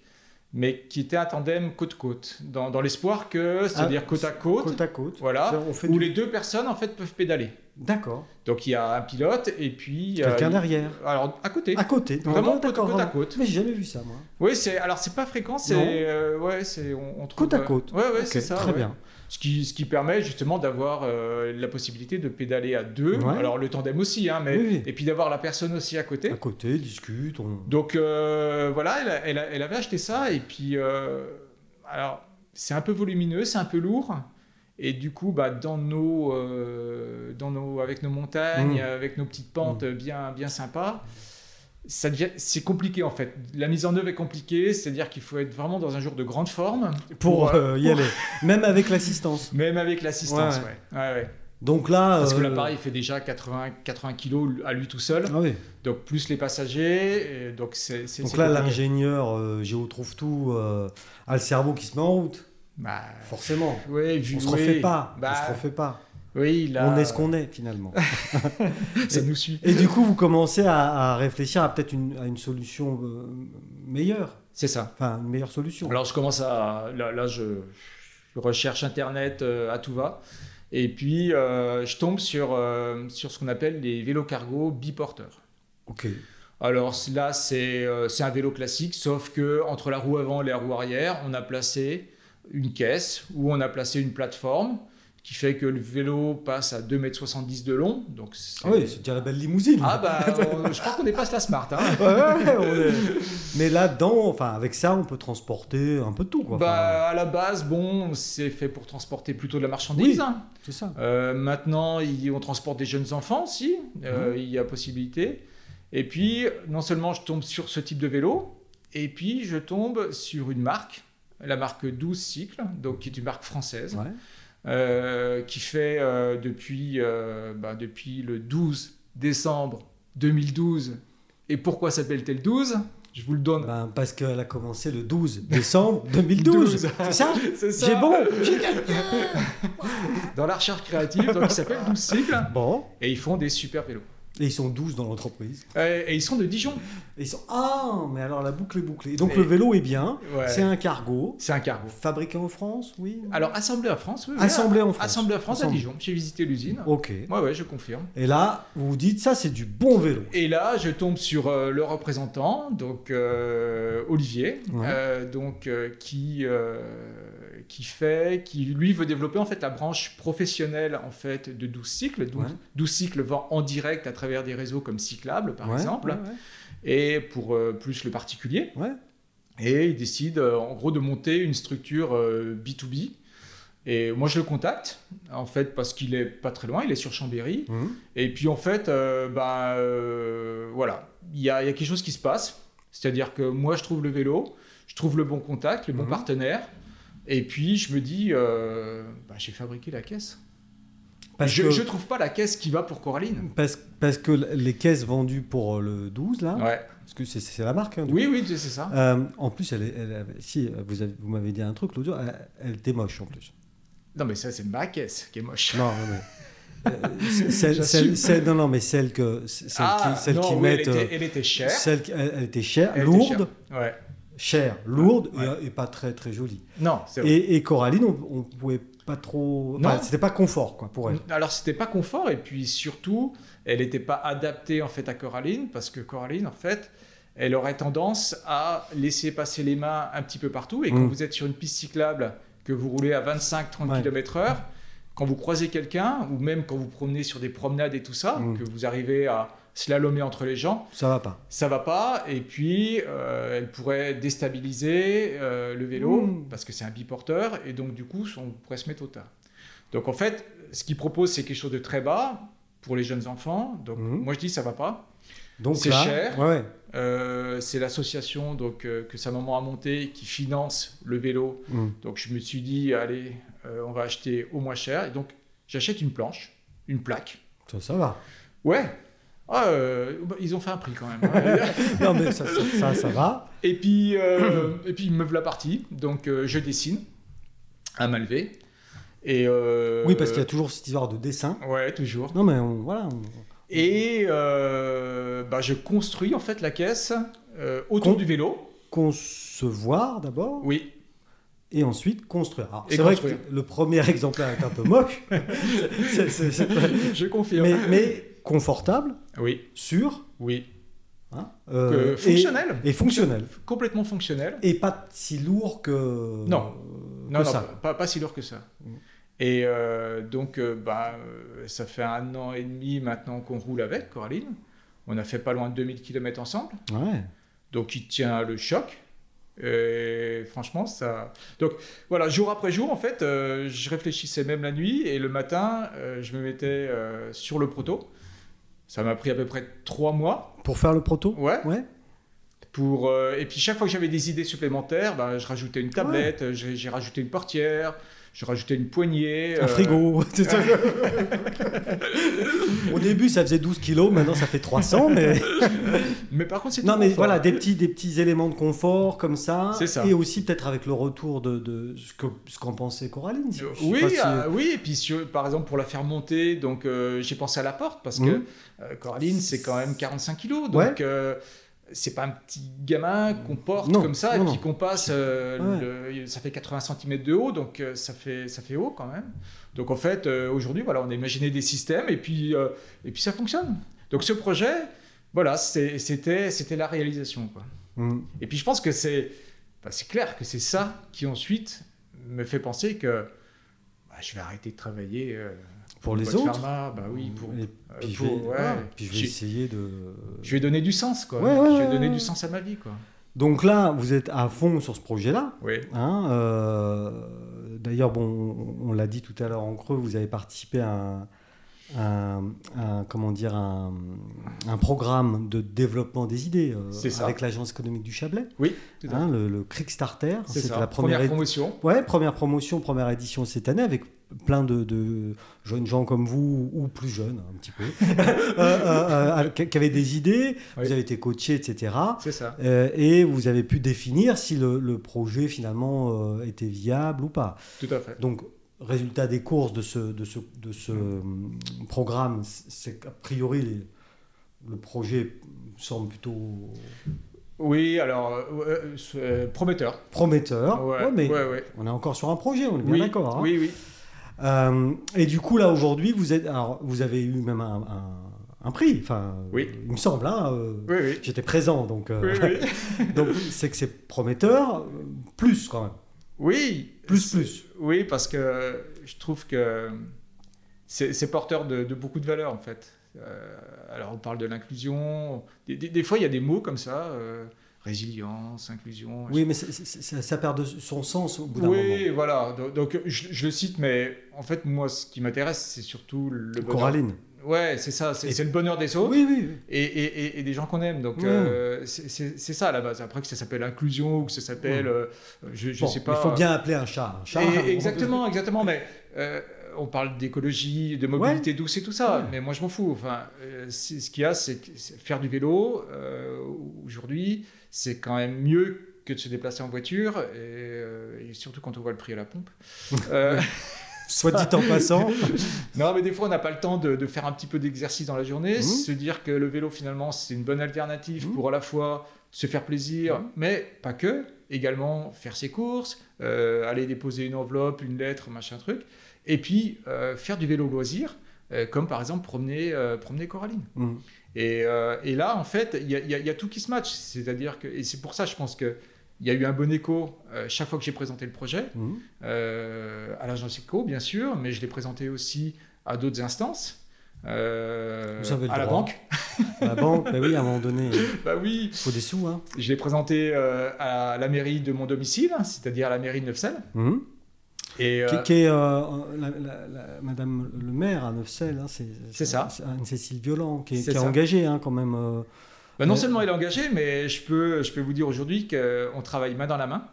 S2: mais qui était un tandem côte-côte, dans, dans l'espoir que, c'est-à-dire côte à côte,
S3: Ah, côte à côte.
S2: voilà,
S3: C'est-à-dire, on fait
S2: où
S3: du-
S2: les deux personnes en fait peuvent pédaler.
S3: D'accord.
S2: Donc il y a un pilote et puis euh,
S3: Quelqu'un derrière.
S2: alors à côté.
S3: À côté.
S2: Vraiment
S3: D'accord,
S2: côte, côte à
S3: vraiment.
S2: côte.
S3: Mais j'ai jamais vu ça, moi.
S2: Oui, c'est alors c'est pas fréquent, c'est
S3: Non.
S2: euh, ouais, c'est on, on trouve
S3: Côte à
S2: euh,
S3: côte.
S2: Ouais, ouais,
S3: Ok,
S2: c'est ça.
S3: Très
S2: ouais.
S3: bien.
S2: Ce qui, ce qui permet justement d'avoir euh, la possibilité de pédaler à deux,
S3: Ouais.
S2: alors le tandem aussi, hein, mais,
S3: Oui, oui.
S2: et puis d'avoir la personne aussi à côté.
S3: À côté, discute. On...
S2: Donc euh, voilà, elle, a- elle a- elle avait acheté ça, et puis euh, alors c'est un peu volumineux, c'est un peu lourd, et du coup, bah, dans nos, euh, dans nos, avec nos montagnes,
S3: Mm.
S2: avec nos petites pentes bien, bien sympas, ça devient- c'est compliqué en fait. La mise en œuvre est compliquée, c'est-à-dire qu'il faut être vraiment dans un jour de grande forme
S3: Pour
S2: euh,
S3: euh, y aller. Même avec l'assistance.
S2: même avec l'assistance.
S3: Ouais,
S2: Ouais. Ouais, ouais.
S3: Donc là.
S2: Parce que
S3: euh,
S2: l'appareil fait déjà 80, 80 kilos à lui tout seul,
S3: Ah oui.
S2: donc plus les passagers, et donc c'est c'est-
S3: Donc
S2: c'est
S3: là,
S2: compliqué.
S3: l'ingénieur euh, Géo trouve tout euh, a le cerveau qui se met en route.
S2: Bah,
S3: Forcément.
S2: ouais, vu-
S3: On se
S2: oui.
S3: refait pas.
S2: Bah,
S3: On se refait pas.
S2: Oui, là,
S3: On est ce qu'on
S2: [laughs]
S3: est finalement.
S2: ça nous suit.
S3: Et du coup, vous commencez à, à réfléchir à peut-être une, à une solution euh, meilleure.
S2: C'est ça.
S3: Enfin, une meilleure solution.
S2: Alors je commence à, là, là, je, je recherche internet euh, à tout va, et puis euh, je tombe sur euh, sur ce qu'on appelle les vélos cargo biporteurs.
S3: Ok.
S2: Alors c- là, c'est euh, c'est un vélo classique, sauf que entre la roue avant et la roue arrière, on a placé une caisse ou on a placé une plateforme qui fait que le vélo passe à 2,70 m de long. Donc c'est-
S3: Ah oui, c'est déjà la belle limousine.
S2: Ah
S3: [laughs]
S2: bah, on- je crois qu'on dépasse la Smart. hein.
S3: Ouais, ouais, ouais, on
S2: Euh,
S3: est- Mais là-dedans, enfin, avec ça, on peut transporter un peu de tout, quoi. Enfin,
S2: Bah, à la base, bon, c'est fait pour transporter plutôt de la marchandise.
S3: Oui.
S2: hein.
S3: c'est ça.
S2: Euh, maintenant, il- on transporte des jeunes enfants aussi,
S3: Mhm.
S2: Euh, il y a possibilité. Et puis, non seulement je tombe sur ce type de vélo, et puis je tombe sur une marque, la marque 12 Cycles, donc qui est une marque française,
S3: Ouais.
S2: euh, qui fait euh, depuis, euh, bah, depuis le 12 décembre 2012. Et pourquoi s'appelle-t-elle 12 Je vous le donne.
S3: Ben, parce qu'elle a commencé le 12
S2: [laughs]
S3: décembre 2012.
S2: 12.
S3: c'est ça
S2: [laughs] C'est ça.
S3: J'ai bon
S2: Dans la recherche créative, donc, qui s'appelle 12 Cycles,
S3: Bon.
S2: et ils font des super vélos.
S3: Et ils sont 12 dans l'entreprise.
S2: Euh, Et ils sont de Dijon.
S3: Et ils sont Ah, mais alors la boucle est bouclée. Donc le vélo est bien.
S2: Ouais.
S3: C'est un cargo.
S2: C'est un cargo.
S3: Fabriqué en France, oui. Ah,
S2: Alors, assemblé à France, oui. oui,
S3: Assemblé en
S2: à-
S3: France.
S2: assemblé à France à
S3: Assemblé.
S2: Dijon. J'ai visité l'usine.
S3: Ok.
S2: Ouais, ouais, je confirme.
S3: Et là, vous vous dites, ça, c'est du bon vélo.
S2: Et là, je tombe sur euh, le représentant, donc euh, Olivier,
S3: Ouais.
S2: euh, donc euh, qui euh, qui fait, qui lui veut développer en fait la branche professionnelle en fait de 12 cycles. Donc
S3: Ouais.
S2: 12 cycles vend en direct à travers des réseaux comme Cyclable par
S3: Ouais,
S2: exemple,
S3: ouais,
S2: et pour euh, plus le particulier.
S3: ouais. Ouais.
S2: Et il décide euh, en gros de monter une structure euh, B2B. Et moi, je le contacte en fait parce qu'il est pas très loin, il est sur Chambéry.
S3: Mhm.
S2: Et puis en fait, euh, ben, euh, voilà, il y a, il y a quelque chose qui se passe. C'est-à-dire que moi, je trouve le vélo, je trouve le bon contact, le bon
S3: Mhm.
S2: partenaire. Et puis je me dis, euh, ben, j'ai fabriqué la caisse.
S3: Parce,
S2: je
S3: que,
S2: ne trouve pas la caisse qui va pour Coraline.
S3: parce, parce que les caisses vendues pour euh, le 12, là,
S2: Ouais.
S3: parce que c'est- c'est la marque. hein, du
S2: Oui, oui, c'est ça.
S3: Euh, en plus, elle, est- elle avait- si euh, vous, avez- vous m'avez dit un truc, l'audio, elle, elle était moche en plus.
S2: Non, mais ça, c'est ma caisse qui est moche.
S3: Non, non, mais, euh, celle,
S2: J'assume.
S3: celle- celle- non, non, mais celle que celle
S2: Ah,
S3: qui, celle
S2: non,
S3: qui
S2: oui,
S3: mettent,
S2: elle,
S3: euh,
S2: était, elle était chère.
S3: celle qui- elle, elle était chère,
S2: Elle était
S3: lourde,
S2: chère. Ouais.
S3: chère, lourde et-
S2: Ouais.
S3: Et, pas très très jolie.
S2: Non, c'est vrai.
S3: Et, et Coraline, on, on pouvait pas trop.
S2: Non.
S3: enfin,
S2: Mm.
S3: c'était pas confort quoi pour elle.
S2: Alors c'était pas confort et puis surtout elle n'était pas adaptée en fait à Coraline parce que Coraline en fait elle aurait tendance à laisser passer les mains un petit peu partout et quand
S3: Mm.
S2: vous êtes sur une piste cyclable que vous roulez à 25-30
S3: Ouais.
S2: km/h quand vous croisez quelqu'un ou même quand vous promenez sur des promenades et tout ça
S3: Mm.
S2: que vous arrivez à slalomer entre les gens
S3: Ça va pas.
S2: ça va pas et puis euh, elle pourrait déstabiliser euh, le vélo
S3: Mm.
S2: parce que c'est un biporteur et donc du coup on pourrait se mettre au tas. Donc en fait, ce qu'il propose c'est quelque chose de très bas pour les jeunes enfants. Donc
S3: Mhm.
S2: moi je dis ça va pas.
S3: Donc
S2: C'est
S3: là,
S2: cher.
S3: ouais, ouais.
S2: Euh, c'est l'association donc euh, que sa maman a montée qui finance le vélo.
S3: Mm.
S2: Donc je me suis dit allez, euh, on va acheter au moins cher et donc j'achète une planche, une plaque.
S3: Ça,
S2: [laughs]
S3: ça va.
S2: Ouais. Ah, euh, bah, ils ont fait un prix quand même. hein.
S3: non mais ça, ça, ça, ça va.
S2: Et puis, euh, et puis il me la partie. Donc euh, je dessine à main levée. Et euh,
S3: Oui, parce qu'il y a toujours cette histoire de dessin.
S2: Ouais, toujours.
S3: Non mais on- voilà. on-
S2: Et euh, bah, je construis en fait la caisse euh, autour
S3: Con-
S2: du vélo.
S3: Concevoir d'abord.
S2: Oui. [laughs]
S3: et ensuite construire. Alors,
S2: Et
S3: C'est vrai
S2: construire.
S3: que le premier exemplaire est un
S2: [laughs]
S3: peu moche, C'est- c'est- c'est-
S2: Je confirme.
S3: mais, mais confortable,
S2: Oui,
S3: sûr,
S2: oui.
S3: hein,
S2: Que
S3: euh,
S2: fonctionnel.
S3: et, et fonctionnel,
S2: Complètement fonctionnel.
S3: et pas si lourd que
S2: Non.
S3: que
S2: Non, non,
S3: ça.
S2: pas, pas si lourd que ça.
S3: Mm.
S2: Et euh, donc, euh, bah, euh, ça fait un an et demi maintenant qu'on roule avec Coraline. On a fait pas loin de 2000 km ensemble.
S3: Ouais.
S2: Donc il tient le choc. Et franchement, ça. Donc voilà, jour après jour, en fait, euh, je réfléchissais même la nuit et le matin, euh, je me mettais euh, sur le proto. Ça m'a pris à peu près trois mois.
S3: Pour faire le proto.
S2: Ouais.
S3: Ouais.
S2: Pour, euh, et puis chaque fois que j'avais des idées supplémentaires, ben, je rajoutais une tablette, j'ai j'ai rajouté une portière, je rajoutais une poignée.
S3: Un
S2: euh, [laughs]
S3: frigo. [laughs] tout ça. Au début, ça faisait 12 kilos, maintenant ça fait 300. Mais...
S2: euh, Mais par contre, [laughs] c'est
S3: Non,
S2: tout
S3: mais
S2: confort.
S3: voilà, des petits, des petits éléments de confort comme ça.
S2: C'est ça.
S3: Et aussi peut-être avec le retour de, de ce que- ce qu'en pensait Coraline. Je
S2: Euh,
S3: sais
S2: Oui,
S3: pas si-
S2: ah, oui, et puis sur- par exemple pour la faire monter, donc euh, j'ai pensé à la porte parce que
S3: Mhm.
S2: euh, Coraline c'est quand même 45 kilos, donc
S3: Ouais.
S2: euh, c'est pas un petit gamin qu'on porte
S3: Non,
S2: comme ça
S3: non,
S2: et puis
S3: non.
S2: qu'on passe, euh, le- ça fait 80 cm de haut, donc euh, ça fait ça fait haut quand même. Donc en fait euh, aujourd'hui voilà on a imaginé des systèmes et puis euh, et puis ça fonctionne. Donc ce projet voilà c'est- c'était c'était la réalisation quoi.
S3: Mm.
S2: Et puis je pense que c'est bah, c'est clair que c'est ça qui ensuite me fait penser que bah, je vais arrêter de travailler euh,
S3: Pour
S2: une
S3: les
S2: boîte
S3: autres.
S2: pharma, bah oui, pour,
S3: Et
S2: euh,
S3: puis, je
S2: pour-
S3: vais,
S2: ouais.
S3: voilà, puis je vais
S2: je,
S3: essayer de.
S2: je vais donner du sens quoi.
S3: Ouais, ouais,
S2: je vais
S3: ouais,
S2: donner
S3: ouais.
S2: du sens à ma vie quoi.
S3: Donc là, vous êtes à fond sur ce projet-là.
S2: Oui.
S3: hein, euh, D'ailleurs, bon, on, on l'a dit tout à l'heure en creux, vous avez participé à un, un- un- comment dire, un, un programme de développement des idées euh,
S2: C'est ça.
S3: avec l'agence économique du Chablais,
S2: Oui, tout à fait.
S3: hein, le, le Kickstarter.
S2: c'est
S3: C'était
S2: ça.
S3: la première, édition.
S2: promotion.
S3: Ouais, première promotion, première édition cette année avec plein de, de jeunes gens comme vous ou plus jeunes un petit peu, [laughs] euh, euh, euh, qui qui avaient des idées.
S2: Oui.
S3: Vous avez été coaché, etc.
S2: C'est ça.
S3: Euh, et vous avez pu définir si le, le projet finalement euh, était viable ou pas.
S2: Tout à fait.
S3: Donc résultat des courses de ce de ce, de ce, euh, programme, c'est a priori les- le projet semble plutôt
S2: Oui, alors, euh, euh, prometteur.
S3: prometteur.
S2: Ouais,
S3: Ah, Ouais, mais
S2: ouais, ouais.
S3: on est encore sur un projet, on est bien
S2: Oui,
S3: d'accord. hein.
S2: Oui, oui.
S3: Euh, et du coup, là, aujourd'hui, vous, êtes, alors, vous avez eu même un, un- un prix, enfin,
S2: Oui.
S3: il me semble. hein, euh,
S2: Oui, oui.
S3: J'étais présent, donc euh,
S2: Oui, oui.
S3: [laughs] donc c'est que c'est prometteur, euh, plus quand même,
S2: oui,
S3: plus plus.
S2: Oui, parce que je trouve que c'est c'est porteur de, de beaucoup de valeurs, en fait. Euh, alors, on parle de l'inclusion. Des, des- des fois, il y a des mots comme ça euh, résilience, inclusion.
S3: Oui, mais c'est- c'est- c'est- ça perd de son sens au bout d'un moment.
S2: Oui, voilà. Do- Donc, je, je le cite, mais en fait, moi, ce qui m'intéresse, c'est surtout le bonheur.
S3: Coraline.
S2: Ouais, c'est ça. C'est
S3: Et-
S2: c'est le bonheur des autres
S3: Oui, oui. oui.
S2: et, et- et- et des gens qu'on aime. Donc,
S3: Mm.
S2: euh, c'est c'est- c'est ça à la base. Après, que ça s'appelle inclusion ou que ça s'appelle. euh, je je
S3: Mmh. Bon,
S2: sais pas.
S3: Il faut bien appeler un chat. un chat.
S2: Et- exactement, exactement. Mais euh, on parle d'écologie, de mobilité douce et tout ça.
S3: Ouais.
S2: Mais moi, je m'en fous. Enfin, euh, c'est- ce qu'il y a, c'est que c'est- faire du vélo euh, aujourd'hui, c'est quand même mieux que de se déplacer en voiture. Et, euh, et surtout quand on voit le prix à la pompe. Euh,
S3: Soit dit en
S2: [laughs]
S3: passant.
S2: non, mais des fois, on n'a pas le temps de, de faire un petit peu d'exercice dans la journée.
S3: Mhm.
S2: Se dire que le vélo, finalement, c'est une bonne alternative
S3: Mhm.
S2: pour à la fois se faire plaisir, mais pas que. Également faire ses courses, euh, aller déposer une enveloppe, une lettre, machin truc. Et puis, euh, faire du vélo loisir, euh, comme par exemple promener, euh, promener Coraline.
S3: Mm.
S2: Et, euh, et là, en fait, il y, a- il y a- il y a tout qui se match. C'est-à-dire que, et c'est pour ça, je pense que il y a eu un bon écho euh, chaque fois que j'ai présenté le projet
S3: Mm.
S2: euh, à l'agence ECO, bien sûr, mais je l'ai présenté aussi à d'autres instances. euh,
S3: Vous avez le
S2: à la
S3: droit.
S2: banque
S3: La banque, bah oui, à un moment donné, il
S2: Bah oui
S3: faut des sous. Hein.
S2: Je l'ai présenté euh, à la mairie de mon domicile, c'est-à-dire à la mairie de Neufchâtel.
S3: Mm.
S2: Et, euh,
S3: Qui, qui est euh, la- la- la- Madame le maire à Neufcelle, hein, c'est
S2: C'est ça.
S3: Anne-Cécile Violent qui est,
S2: C'est
S3: qui est
S2: ça.
S3: engagée hein, quand même. euh,
S2: bah, non
S3: Mais-
S2: seulement il est engagé, mais je peux, je peux vous dire aujourd'hui qu'on travaille main dans la main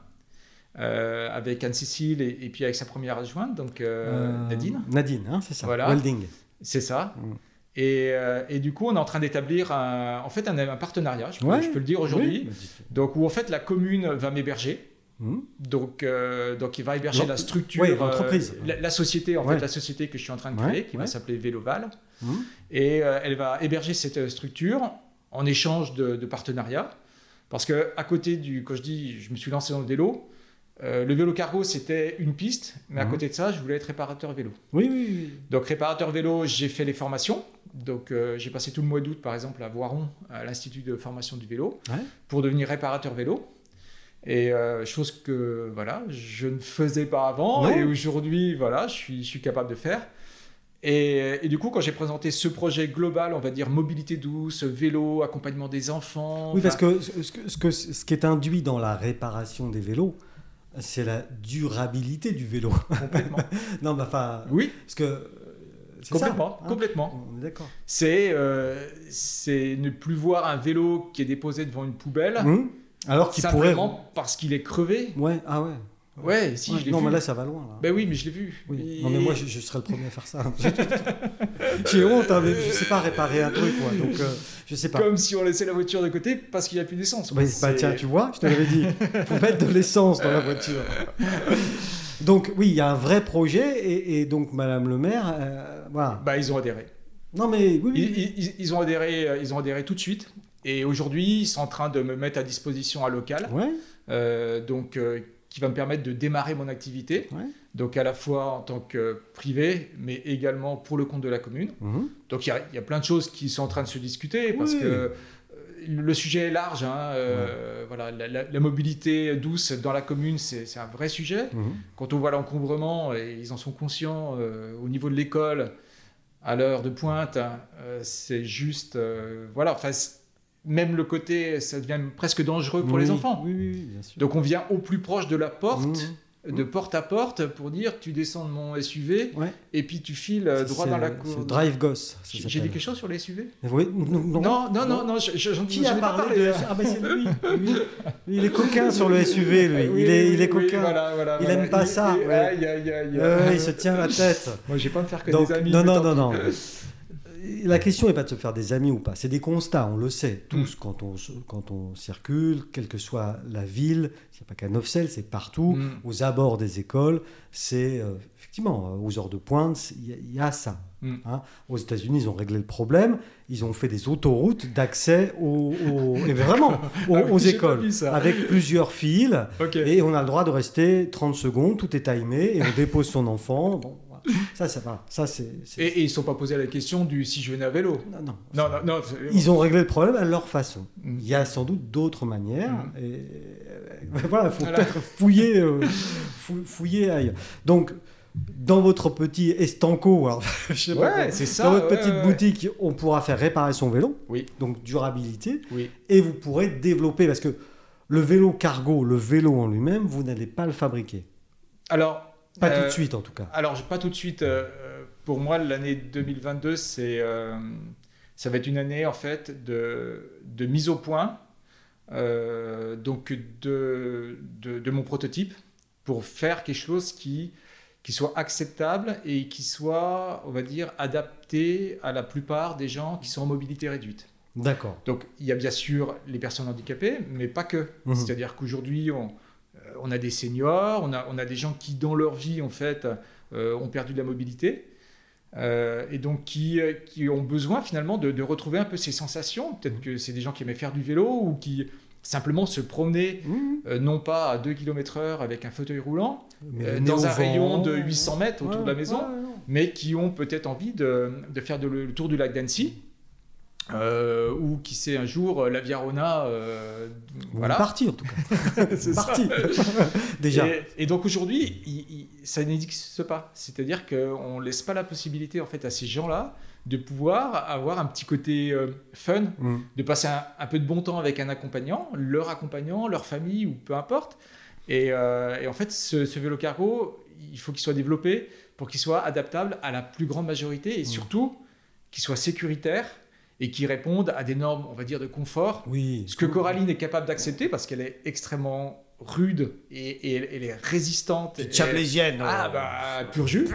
S2: euh, avec Anne-Cécile et, et puis avec sa première adjointe, donc euh,
S3: euh,
S2: Nadine.
S3: Nadine, hein, c'est ça.
S2: Voilà.
S3: Welding.
S2: C'est ça.
S3: Mm.
S2: Et, euh, et du coup, on est en train d'établir un, en fait un, un partenariat, je peux,
S3: Ouais.
S2: je peux le dire aujourd'hui.
S3: Oui, bah, dites-
S2: Donc, où en fait la commune va m'héberger.
S3: Mm.
S2: Donc, euh, donc il va héberger
S3: L'en-
S2: la structure,
S3: ouais, l'entreprise.
S2: euh, la, la société en
S3: Ouais.
S2: fait, la société que je suis en train de
S3: Ouais,
S2: créer, qui
S3: ouais.
S2: va s'appeler Véloval,
S3: Mm.
S2: et euh, elle va héberger cette euh, structure en échange de, de partenariats. Parce que à côté du, quand je dis, je me suis lancé dans le vélo. euh, le vélo cargo, c'était une piste, mais à
S3: Mhm.
S2: côté de ça, je voulais être réparateur vélo.
S3: oui, oui, oui.
S2: Donc, réparateur vélo, j'ai fait les formations. Donc, euh, j'ai passé tout le mois d'août, par exemple, à Voiron, à l'Institut de formation du vélo,
S3: Ouais.
S2: pour devenir réparateur vélo. Et euh, chose que voilà, je ne faisais pas avant
S3: Non.
S2: et aujourd'hui, voilà, je suis, je suis capable de faire. Et, et du coup, quand j'ai présenté ce projet global, on va dire mobilité douce, vélo, accompagnement des enfants.
S3: Oui, parce
S2: enfin,
S3: que ce, ce que- ce que- ce qui est induit dans la réparation des vélos, c'est la durabilité du vélo. [laughs]
S2: Complètement.
S3: non, mais enfin,
S2: Oui,
S3: parce que. euh, c'est
S2: complètement.
S3: ça, hein.
S2: complètement.
S3: On est d'accord.
S2: C'est euh, c'est ne plus voir un vélo qui est déposé devant une poubelle.
S3: Mm. Alors qu'il pourrait.
S2: Simplement parce qu'il est crevé.
S3: Ouais, ah ouais.
S2: Ouais, si,
S3: Ouais,
S2: je l'ai
S3: non,
S2: vu.
S3: mais là, ça va loin. Là.
S2: Ben oui, mais je l'ai vu.
S3: Oui.
S2: Et-
S3: Non, mais moi, je, je serais le premier à faire ça. [laughs] J'ai honte, hein, mais je sais pas réparer un truc, moi. Donc, euh, je sais pas.
S2: Comme si on laissait la voiture de côté parce qu'il n'y a plus d'essence.
S3: Bah,
S2: C'est-
S3: bah, tiens, tu vois, je te
S2: [laughs]
S3: l'avais dit. Faut mettre de l'essence dans la voiture. Donc, oui, il y a un vrai projet. Et, et donc, Madame le maire, euh, voilà.
S2: Bah, ils ont adhéré.
S3: Non, mais oui, oui.
S2: Ils, ils- ils ont adhéré. euh, Ils ont adhéré tout de suite. Et aujourd'hui, ils sont en train de me mettre à disposition un local,
S3: Ouais,
S2: euh, donc euh, qui va me permettre de démarrer mon activité.
S3: ouais.
S2: Donc à la fois en tant que privé, mais également pour le compte de la commune.
S3: Mhm.
S2: Donc il y a- il y, a plein de choses qui sont en train de se discuter parce
S3: Oui.
S2: que euh, le sujet est large. hein, euh, voilà, la, la- la mobilité douce dans la commune, c'est c'est un vrai sujet.
S3: Mhm.
S2: Quand on voit l'encombrement, et ils en sont conscients euh, au niveau de l'école, à l'heure de pointe, hein, euh, c'est juste. euh, voilà, enfin, c'est- même le côté, ça devient presque dangereux pour les
S3: Oui,
S2: enfants.
S3: Oui, oui, oui, bien sûr.
S2: Donc on vient au plus proche de la porte.
S3: Mhm.
S2: De porte à porte pour dire tu descends de mon SUV
S3: Mhm. Ouais.
S2: et puis tu files euh,
S3: Ça,
S2: droit
S3: c'est-
S2: dans la
S3: C'est
S2: cour.
S3: Drive Goss. ça
S2: J'ai j'ai dit
S3: s'appelle.
S2: quelque chose sur les SUV
S3: Oui, non, non.
S2: non, non, non, non, je, je, j'en-
S3: Qui
S2: j'en
S3: a
S2: ai pas
S3: parlé
S2: parlé.
S3: de... Ah ben c'est lui. Lui,
S2: [laughs]
S3: lui, Il est coquin sur le SUV, lui. il est, il est
S2: Oui,
S3: coquin.
S2: voilà, voilà,
S3: Il
S2: voilà.
S3: aime pas ça,
S2: il-
S3: ouais.
S2: Aïe, aïe, aïe.
S3: Euh, il se tient la tête.
S2: [laughs] Moi, j'ai pas me faire que
S3: Donc,
S2: des amis.
S3: non,
S2: mais
S3: non,
S2: tant
S3: non,
S2: pis. [laughs]
S3: non. La question n'est pas de se faire des amis ou pas. C'est des constats, on le sait tous
S2: Mm.
S3: quand, on, se- quand on circule, quelle que soit la ville. Il n'y a pas qu'à Neufcelle, c'est partout.
S2: Mm.
S3: Aux abords des écoles, c'est euh, effectivement, euh, aux heures de pointe, il y a- il y, a ça.
S2: Mm.
S3: hein. Aux États-Unis, ils ont réglé le problème. Ils ont fait des autoroutes d'accès aux, aux- et vraiment aux,
S2: Ah oui,
S3: aux
S2: j'ai pas
S3: écoles,
S2: vu ça.
S3: avec plusieurs fils.
S2: Ah, Ok.
S3: Et on a le droit de rester 30 secondes, tout est timé, et on dépose son enfant. Bon, voilà. ça, ça va. Ça, c'est. c'est-
S2: Et, et ils ne sont pas posés la question du si je venais à vélo.
S3: Non, non.
S2: Non, non, non. c'est-
S3: Ils ont réglé le problème à leur façon.
S2: Mm.
S3: Il y a sans doute d'autres manières.
S2: Mhm.
S3: Et euh, voilà, il faut
S2: Voilà.
S3: peut-être fouiller, euh, fou- fouiller ailleurs. Donc, dans votre petit estanco, alors, [laughs] je sais pas
S2: Ouais,
S3: quoi,
S2: c'est ça.
S3: dans votre
S2: ouais,
S3: petite
S2: ouais, ouais.
S3: boutique, on pourra faire réparer son vélo.
S2: Oui.
S3: Donc, durabilité.
S2: Oui.
S3: Et vous pourrez développer, parce que le vélo cargo, le vélo en lui-même, vous n'allez pas le fabriquer.
S2: Alors.
S3: Pas
S2: euh,
S3: tout de suite, en tout cas.
S2: Alors, je- pas tout de suite. euh, euh, pour moi, l'année 2022, c'est, euh, ça va être une année en fait de, de mise au point, euh, donc de, de, de mon prototype pour faire quelque chose qui qui soit acceptable et qui soit, on va dire, adapté à la plupart des gens qui sont en mobilité réduite.
S3: D'accord.
S2: Donc il y a bien sûr les personnes handicapées, mais pas que.
S3: Mhm.
S2: C'est-à-dire qu'aujourd'hui, on, euh, on a des seniors, on a, on a des gens qui, dans leur vie, en fait, euh, ont perdu de la mobilité. euh, et donc qui, euh, qui ont besoin finalement de, de retrouver un peu ces sensations. Peut-être que c'est des gens qui aimaient faire du vélo ou qui simplement se promenaient
S3: Mhm.
S2: euh, non pas à 2 km heure avec un fauteuil roulant,
S3: Mais
S2: euh,
S3: né
S2: dans
S3: au
S2: un
S3: vent.
S2: rayon de 800 mètres autour
S3: Ouais,
S2: de la maison,
S3: ouais, non.
S2: mais qui ont peut-être envie de, de faire de- le tour du lac d'Annecy. euh, ou qui sait un jour euh, la Viarona euh,
S3: Ou
S2: voilà
S3: Parti, en tout cas.
S2: [laughs] C'est ça.
S3: Parti. [laughs] Déjà.
S2: et, et donc aujourd'hui il- il- ça n'existe pas c'est à dire qu'on laisse pas la possibilité en fait à ces gens là de pouvoir avoir un petit côté euh, fun
S3: Mhm.
S2: de passer un, un peu de bon temps avec un accompagnant leur accompagnant leur famille ou peu importe et, euh, et en fait ce, ce vélo cargo il faut qu'il soit développé pour qu'il soit adaptable à la plus grande majorité et surtout qu'il soit sécuritaire et qu'il réponde à des normes on va dire de confort
S3: Oui.
S2: ce que Coraline est capable d'accepter parce qu'elle est extrêmement rude et, et elle est résistante.
S1: Petite
S2: Et-
S1: chablaisienne.
S2: Ah
S1: euh,
S2: bah, pur jus.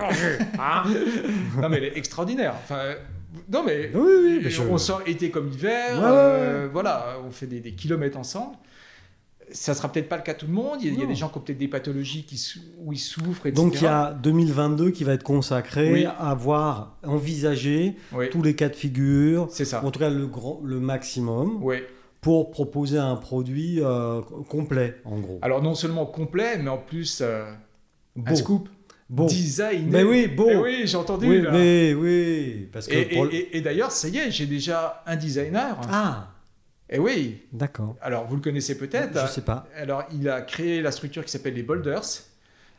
S1: hein.
S2: [laughs] non mais elle est extraordinaire. Enfin, non mais,
S3: Oui, oui,
S2: et
S3: mais je-
S2: on sort été comme hiver.
S3: Ouais,
S2: euh, voilà, on fait des, des kilomètres ensemble. Ça sera peut-être pas le cas de tout le monde. Il y a, il y a
S3: Non.
S2: des gens qui ont peut-être des pathologies qui sou- où ils souffrent, etc.
S3: Donc il y a 2022 qui va être consacré
S2: Oui.
S3: à voir, envisager
S2: Oui,
S3: tous les cas de figure,
S2: c'est ça.
S3: en tout cas le, grand, le maximum,
S2: Ouais.
S3: pour proposer un produit euh, complet, en gros.
S2: Alors non seulement complet, mais en plus euh, un
S3: beau.
S2: scoop,
S3: beau.
S2: design.
S3: Mais oui, beau.
S2: Eh oui, j'ai entendu.
S3: Oui,
S2: là.
S3: mais oui, parce que...
S2: Et,
S3: pour
S2: et-
S3: le-
S2: et- et d'ailleurs, ça y est, j'ai déjà un designer.
S3: Ah,
S2: Et oui,
S3: d'accord.
S2: alors vous le connaissez
S3: Je
S2: peut-être.
S3: sais pas.
S2: Alors il a créé la structure qui s'appelle les Boulders.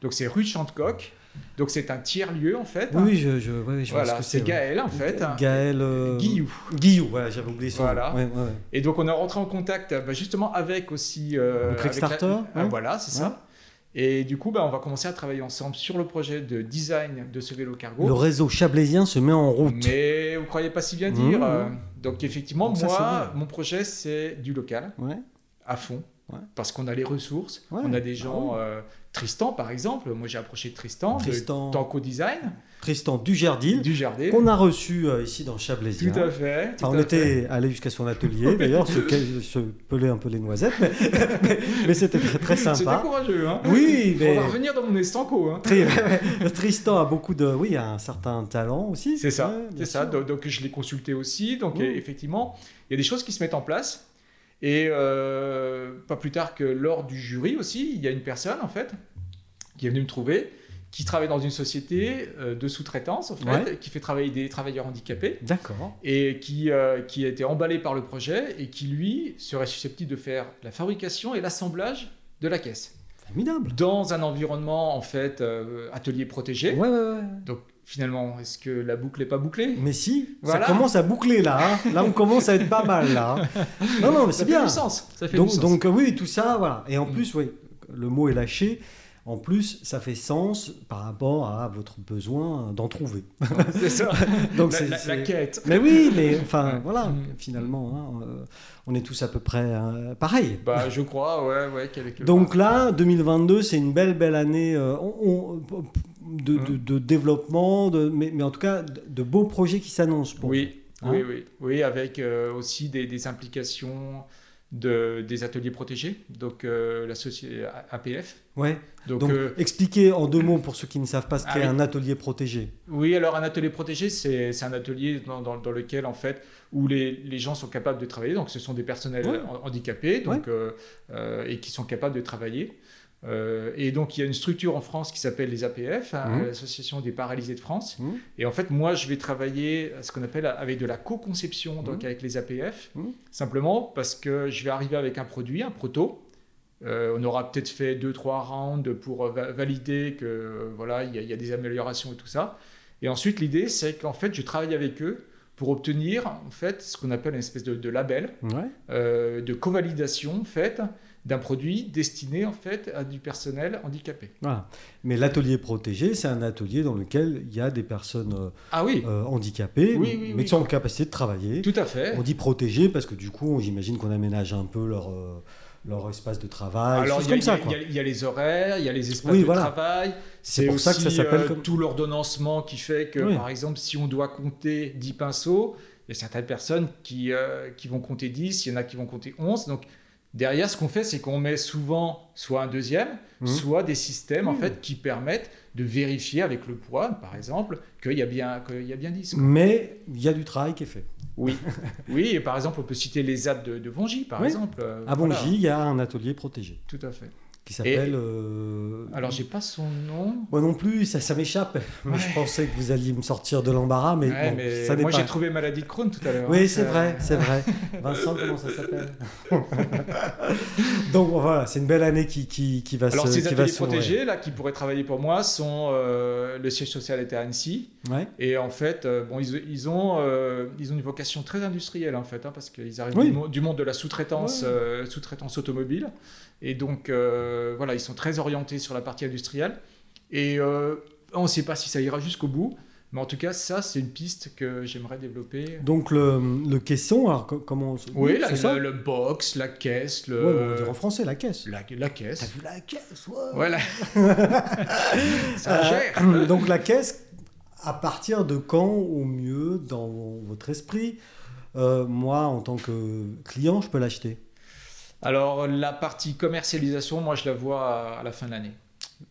S2: Donc c'est rue Chantecoq. Donc c'est un tiers-lieu en fait.
S3: Oui, oui, je, je, ouais, ouais, je vois
S2: hein.
S3: ce
S2: voilà,
S3: que
S2: c'est
S3: c'est.
S2: Gaël en fait. hein.
S3: ouais. Gaël... euh,
S2: Guillou.
S3: Guillou, voilà, j'avais oublié son nom.
S2: Voilà.
S3: Ouais, ouais, ouais.
S2: Et donc on est rentré en contact euh, bah, justement avec aussi. euh,
S3: Le Kickstarter,
S2: avec la-
S3: ouais.
S2: Voilà, c'est
S3: hein. Ouais.
S2: ça. Et du coup, bah, on va commencer à travailler ensemble sur le projet de design de ce vélo cargo.
S3: Le réseau chablaisien se met en route.
S2: Oh. Mais vous croyez pas si bien
S3: Mmh,
S2: dire.
S3: mmh.
S2: euh, Donc effectivement,
S3: Donc ça, c'est
S2: moi,
S3: bien.
S2: mon projet, c'est du local.
S3: Ouais.
S2: à fond.
S3: Ouais.
S2: Parce qu'on a les ressources,
S3: Ouais,
S2: on a des
S3: bah
S2: gens. euh, Tristan, par exemple, moi j'ai approché Tristan,
S3: Tristan.
S2: de Tanko Design,
S3: Tristan Dugerdil,
S2: du Jardin.
S3: qu'on a reçu euh, ici dans Chablaisien.
S2: Tout à fait. tout
S3: Enfin, on
S2: à fait.
S3: était allé jusqu'à
S2: [laughs]
S3: son atelier, d'ailleurs, se, ca- se peler un peu les noisettes, mais, [laughs] mais- mais c'était très, très
S2: C'était
S3: sympa.
S2: courageux. Hein
S3: Oui,
S2: On
S3: mais
S2: va revenir dans mon estanco. hein.
S3: Tri- Tristan a beaucoup de, oui, a un certain talent aussi.
S2: C'est ça,
S3: Ouais, bien
S2: c'est ça.
S3: sûr. Mmh.
S2: Donc, donc, je l'ai consulté aussi. Donc
S3: Oui.
S2: et- effectivement, il y a des choses qui se mettent en place. Et euh, pas plus tard que lors du jury aussi, il y a une personne en fait qui est venue me trouver, qui travaille dans une société euh, de sous-traitance en fait,
S3: Ouais.
S2: qui fait travailler des travailleurs handicapés.
S3: D'accord.
S2: et qui, euh, qui a été emballé par le projet et qui, lui, serait susceptible de faire la fabrication et l'assemblage de la caisse
S3: Formidable.
S2: dans un environnement, en fait, euh, atelier protégé.
S3: Ouais, ouais, ouais.
S2: Donc, finalement, est-ce que la boucle n'est pas bouclée
S3: Mais si,
S2: Voilà.
S3: ça commence à boucler là. hein. Là, on commence à être pas mal là. hein. Non, non, mais
S2: Ça
S3: c'est
S2: fait
S3: bien.
S2: du sens. Ça fait du
S3: Donc,
S2: sens.
S3: donc, euh, oui, tout ça, voilà. Et en
S2: Mm.
S3: plus, oui, le mot est lâché. En plus, ça fait sens par rapport à votre besoin d'en trouver.
S2: [laughs] c'est ça.
S3: [laughs] Donc,
S2: la,
S3: c'est-
S2: la- la
S3: c'est-
S2: quête.
S3: Mais oui, mais enfin
S2: Ouais.
S3: voilà,
S2: Mm.
S3: finalement, hein, euh, on est tous à peu près euh, pareil.
S2: Bah, je crois, ouais, ouais. quelque
S3: Donc
S2: part.
S3: là, 2022, c'est une belle belle année euh, on- on- de, de-
S2: Mm.
S3: de développement, de- mais, mais en tout cas de, de beaux projets qui s'annoncent. pour
S2: Oui,
S3: Hein
S2: oui, oui, oui, avec euh, aussi des, des implications de, des ateliers protégés, donc euh, la société APF.
S3: Ouais.
S2: Donc,
S3: Donc,
S2: euh,
S3: expliquez en deux mots pour ceux qui ne savent pas ce
S2: Ah
S3: qu'est
S2: oui.
S3: un atelier protégé.
S2: oui, alors un atelier protégé, c'est c'est un atelier dans, dans- dans lequel, en fait, où les, les gens sont capables de travailler. Donc, ce sont des personnels
S3: Ouais.
S2: han- handicapés donc, euh, euh, et qui sont capables de travailler. Euh, et donc, il y a une structure en France qui s'appelle les APF, hein,
S3: Mhm.
S2: l'Association des paralysés de France.
S3: Mhm.
S2: Et en fait, moi, je vais travailler à ce qu'on appelle avec de la co-conception, donc
S3: Mhm.
S2: avec les APF,
S3: Mhm.
S2: simplement parce que je vais arriver avec un produit, un proto. Euh, on aura peut-être fait deux, trois rounds pour euh, va- valider que euh, voilà, il y, a- il y a des améliorations et tout ça. Et ensuite, l'idée, c'est qu'en fait, je travaille avec eux pour obtenir en fait ce qu'on appelle une espèce de, de label
S3: Ouais.
S2: euh, de co-validation en fait d'un produit destiné en fait à du personnel handicapé.
S3: Voilà. Mais l'atelier protégé, c'est un atelier dans lequel il y a des personnes
S2: Ah oui,
S3: euh, euh, handicapées,
S2: Oui, oui,
S3: mais
S2: oui.
S3: qui sont en capacité de travailler.
S2: tout à fait.
S3: On dit protégé parce que du coup, j'imagine qu'on aménage un peu leur, euh, leur espace de travail,
S2: Alors,
S3: choses
S2: il y, a- il
S3: comme ça.
S2: y a-
S3: quoi.
S2: il y a les horaires, il y a les espaces
S3: Oui,
S2: de
S3: voilà.
S2: travail.
S3: C'est pour ça que ça
S2: aussi,
S3: s'appelle
S2: euh,
S3: comme-
S2: tout l'ordonnancement qui fait que,
S3: Oui.
S2: par exemple, si on doit compter 10 pinceaux, il y a certaines personnes qui, euh, qui vont compter 10, il y en a qui vont compter 11. Donc, derrière, ce qu'on fait, c'est qu'on met souvent soit un deuxième,
S3: Mhm.
S2: soit des systèmes en
S3: Oui.
S2: fait, qui permettent de vérifier avec le poids, par exemple, qu'il y, a bien- qu'il y a bien 10.
S3: Mais il y a du travail qui est fait.
S2: Oui. [laughs] oui, et par exemple, on peut citer les apps de, de Vongy, par
S3: Oui.
S2: exemple. euh,
S3: À
S2: voilà.
S3: Bongy, il y a un atelier protégé
S2: Tout à fait.
S3: qui s'appelle. euh,
S2: Alors, j'ai pas son nom.
S3: Moi non plus, ça, ça m'échappe. [laughs] Mais
S2: Ouais.
S3: Je pensais que vous alliez me sortir de l'embarras, mais,
S2: Ouais,
S3: bon,
S2: mais
S3: ça n'est
S2: moi
S3: pas.
S2: j'ai trouvé maladie de Crohn tout à l'heure. hein,
S3: Oui,
S2: ça-
S3: c'est vrai, c'est [laughs] vrai. Vincent, comment ça s'appelle Donc voilà, c'est une belle année qui, qui, qui va
S2: Alors
S3: se
S2: ces
S3: qui va
S2: ateliers
S3: se-
S2: protégés là qui pourraient travailler pour moi sont euh, le siège social était à Annecy
S3: Ouais.
S2: et en fait euh, bon ils, ils ont euh, ils ont une vocation très industrielle en fait hein, parce qu'ils arrivent
S3: Oui.
S2: du, mo- du monde de la sous-traitance
S3: Ouais.
S2: euh, sous-traitance automobile et donc euh, voilà ils sont très orientés sur la partie industrielle et euh, on ne sait pas si ça ira jusqu'au bout mais en tout cas ça c'est une piste que j'aimerais développer.
S3: Donc le, le caisson, alors co- comment on se-
S2: Oui, la-
S3: c'est ça
S2: le, le box, la caisse,
S3: Ouais,
S2: le,
S3: on dirait en français la caisse.
S2: la, la caisse.
S3: euh, T'as vu la caisse ouais. [laughs]
S2: Voilà.
S3: Euh,
S2: ça gère.
S3: [clears throat] Donc la caisse, à partir de quand au mieux dans votre esprit, euh, moi en tant que client, je peux l'acheter
S2: Alors, la partie commercialisation, moi, je la vois à- à la fin de l'année.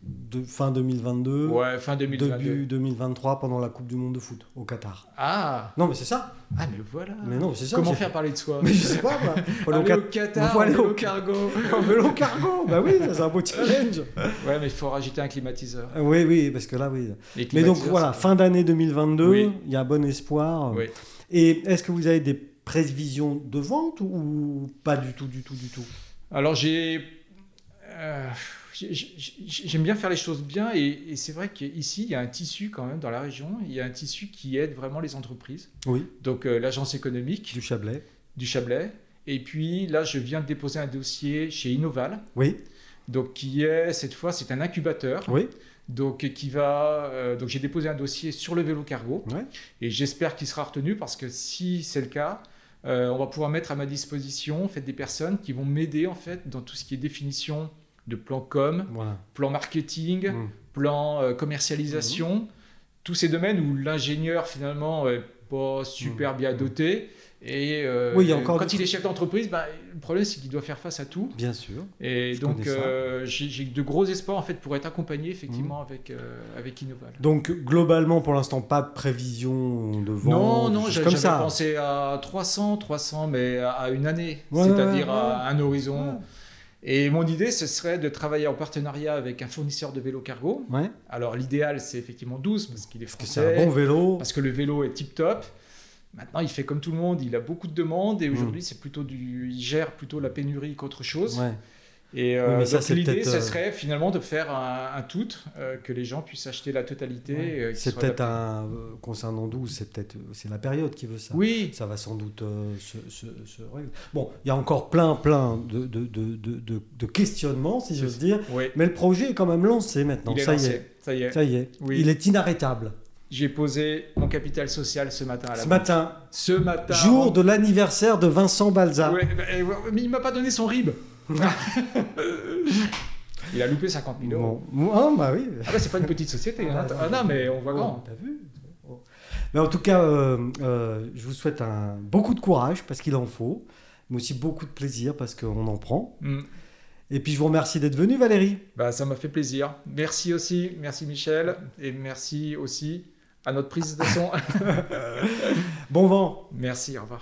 S3: de fin 2022,
S2: Ouais, fin 2022.
S3: Euh, début 2023 pendant la Coupe du Monde de foot au Qatar.
S2: Ah,
S3: Non mais c'est ça.
S2: ah, mais voilà.
S3: Mais non, c'est ça.
S2: Comment
S3: j'ai-
S2: faire parler de soi
S3: [laughs] Mais je sais pas. bah,
S2: [laughs]
S3: moi. Faut aller au
S2: Aller au Qatar,
S3: Faut aller
S2: aller
S3: au-
S2: au cargo.
S3: Qatar, un vélo cargo. Bah oui, ça, c'est un beau challenge.
S2: ouais, mais il faut rajouter un climatiseur.
S3: Euh, [laughs] oui, oui, parce que là,
S2: Les
S3: oui. Mais donc
S2: climatiseurs,
S3: voilà,
S2: ça-
S3: fin d'année 2022,
S2: Oui.
S3: il y a bon espoir.
S2: Oui.
S3: Et est-ce que vous avez des prévisions de vente ou pas du tout, du tout, du tout
S2: Alors, j'ai. euh, j'ai- j'ai- J'aime bien faire les choses bien et, et c'est vrai qu'ici, il y a un tissu quand même dans la région, il y a un tissu qui aide vraiment les entreprises.
S3: Oui.
S2: Donc euh, l'agence économique
S3: Du Chablais.
S2: du Chablais. Et puis là, je viens de déposer un dossier chez Innoval,
S3: Oui.
S2: donc qui est cette fois c'est un incubateur
S3: Oui.
S2: donc qui va euh, donc j'ai déposé un dossier sur le vélo cargo
S3: Ouais.
S2: et j'espère qu'il sera retenu parce que si c'est le cas euh, on va pouvoir mettre à ma disposition en fait des personnes qui vont m'aider en fait dans tout ce qui est définition de plan com
S3: Voilà.
S2: plan marketing
S3: Mm.
S2: plan euh, commercialisation
S3: Mmh.
S2: tous ces domaines où l'ingénieur finalement est pas super
S3: Mhm.
S2: bien doté et euh,
S3: Oui, il y a encore
S2: quand
S3: des
S2: il est chef d'entreprise ben, le problème c'est qu'il doit faire face à tout
S3: Bien sûr.
S2: et
S3: Je
S2: donc
S3: connais ça.
S2: euh, j'ai j'ai de gros espoirs en fait pour être accompagné effectivement
S3: Mmh.
S2: avec euh, avec Innoval.
S3: Donc globalement, pour l'instant, pas de prévision de vente.
S2: non, non,
S3: des
S2: j'a-
S3: choses
S2: j'avais
S3: comme ça.
S2: pensé à 300, 300, mais à- à une année,
S3: Ouais,
S2: c'est-à-dire
S3: ouais,
S2: à un horizon.
S3: Ouais.
S2: Et mon idée, ce serait de travailler en partenariat avec un fournisseur de vélo cargo.
S3: Ouais.
S2: Alors l'idéal, c'est effectivement 12, parce qu'il est
S3: Parce que c'est
S2: français,
S3: un bon vélo.
S2: parce que le vélo est tip-top. Maintenant, il fait comme tout le monde, il a beaucoup de demandes, et aujourd'hui, c'est plutôt du, il gère plutôt la pénurie qu'autre chose.
S3: Mmh. Ouais.
S2: Et euh,
S3: Oui, mais ça,
S2: donc,
S3: c'est
S2: l'idée,
S3: peut-être,
S2: ce
S3: euh,
S2: serait finalement de faire un, un tout, euh, que les gens puissent acheter la totalité. euh, qui
S3: C'est
S2: soit
S3: peut-être
S2: adaptée.
S3: un euh, concernant 12, c'est peut-être euh, c'est la période qui veut ça.
S2: Oui,
S3: Ça va sans doute euh, se, se- se régler. Bon, il y a encore plein, plein de, de, de- de- de- de questionnements, si j'ose dire.
S2: oui.
S3: Mais le projet est quand même lancé maintenant.
S2: il est
S3: ça
S2: lancé.
S3: y est.
S2: Ça y est.
S3: Ça y est.
S2: Oui.
S3: Il est inarrêtable.
S2: J'ai posé mon capital social ce matin à la
S3: Ce
S2: banque.
S3: matin,
S2: Ce matin.
S3: jour de l'anniversaire de Vincent Balzac.
S2: Ouais, bah, eh, ouais, mais il m'a pas donné son
S3: [laughs]
S2: RIB. il a loupé 50 000 euros.
S3: Bon. Ah, bah oui.
S2: Ah, bah, c'est pas une petite société. hein.
S3: Ah,
S2: Ah, non, mais on voit
S3: Oh,
S2: grand.
S3: T'as vu Oh. Mais en tout cas, euh, euh, je vous souhaite un, beaucoup de courage parce qu'il en faut. mais aussi beaucoup de plaisir parce qu'on en prend.
S2: Mm.
S3: Et puis je vous remercie d'être venu Valérie.
S2: Bah, ça m'a fait plaisir. Merci aussi, merci Michel, et
S3: [laughs]
S2: merci aussi à notre prise de son.
S3: Bon vent.
S2: merci, au revoir.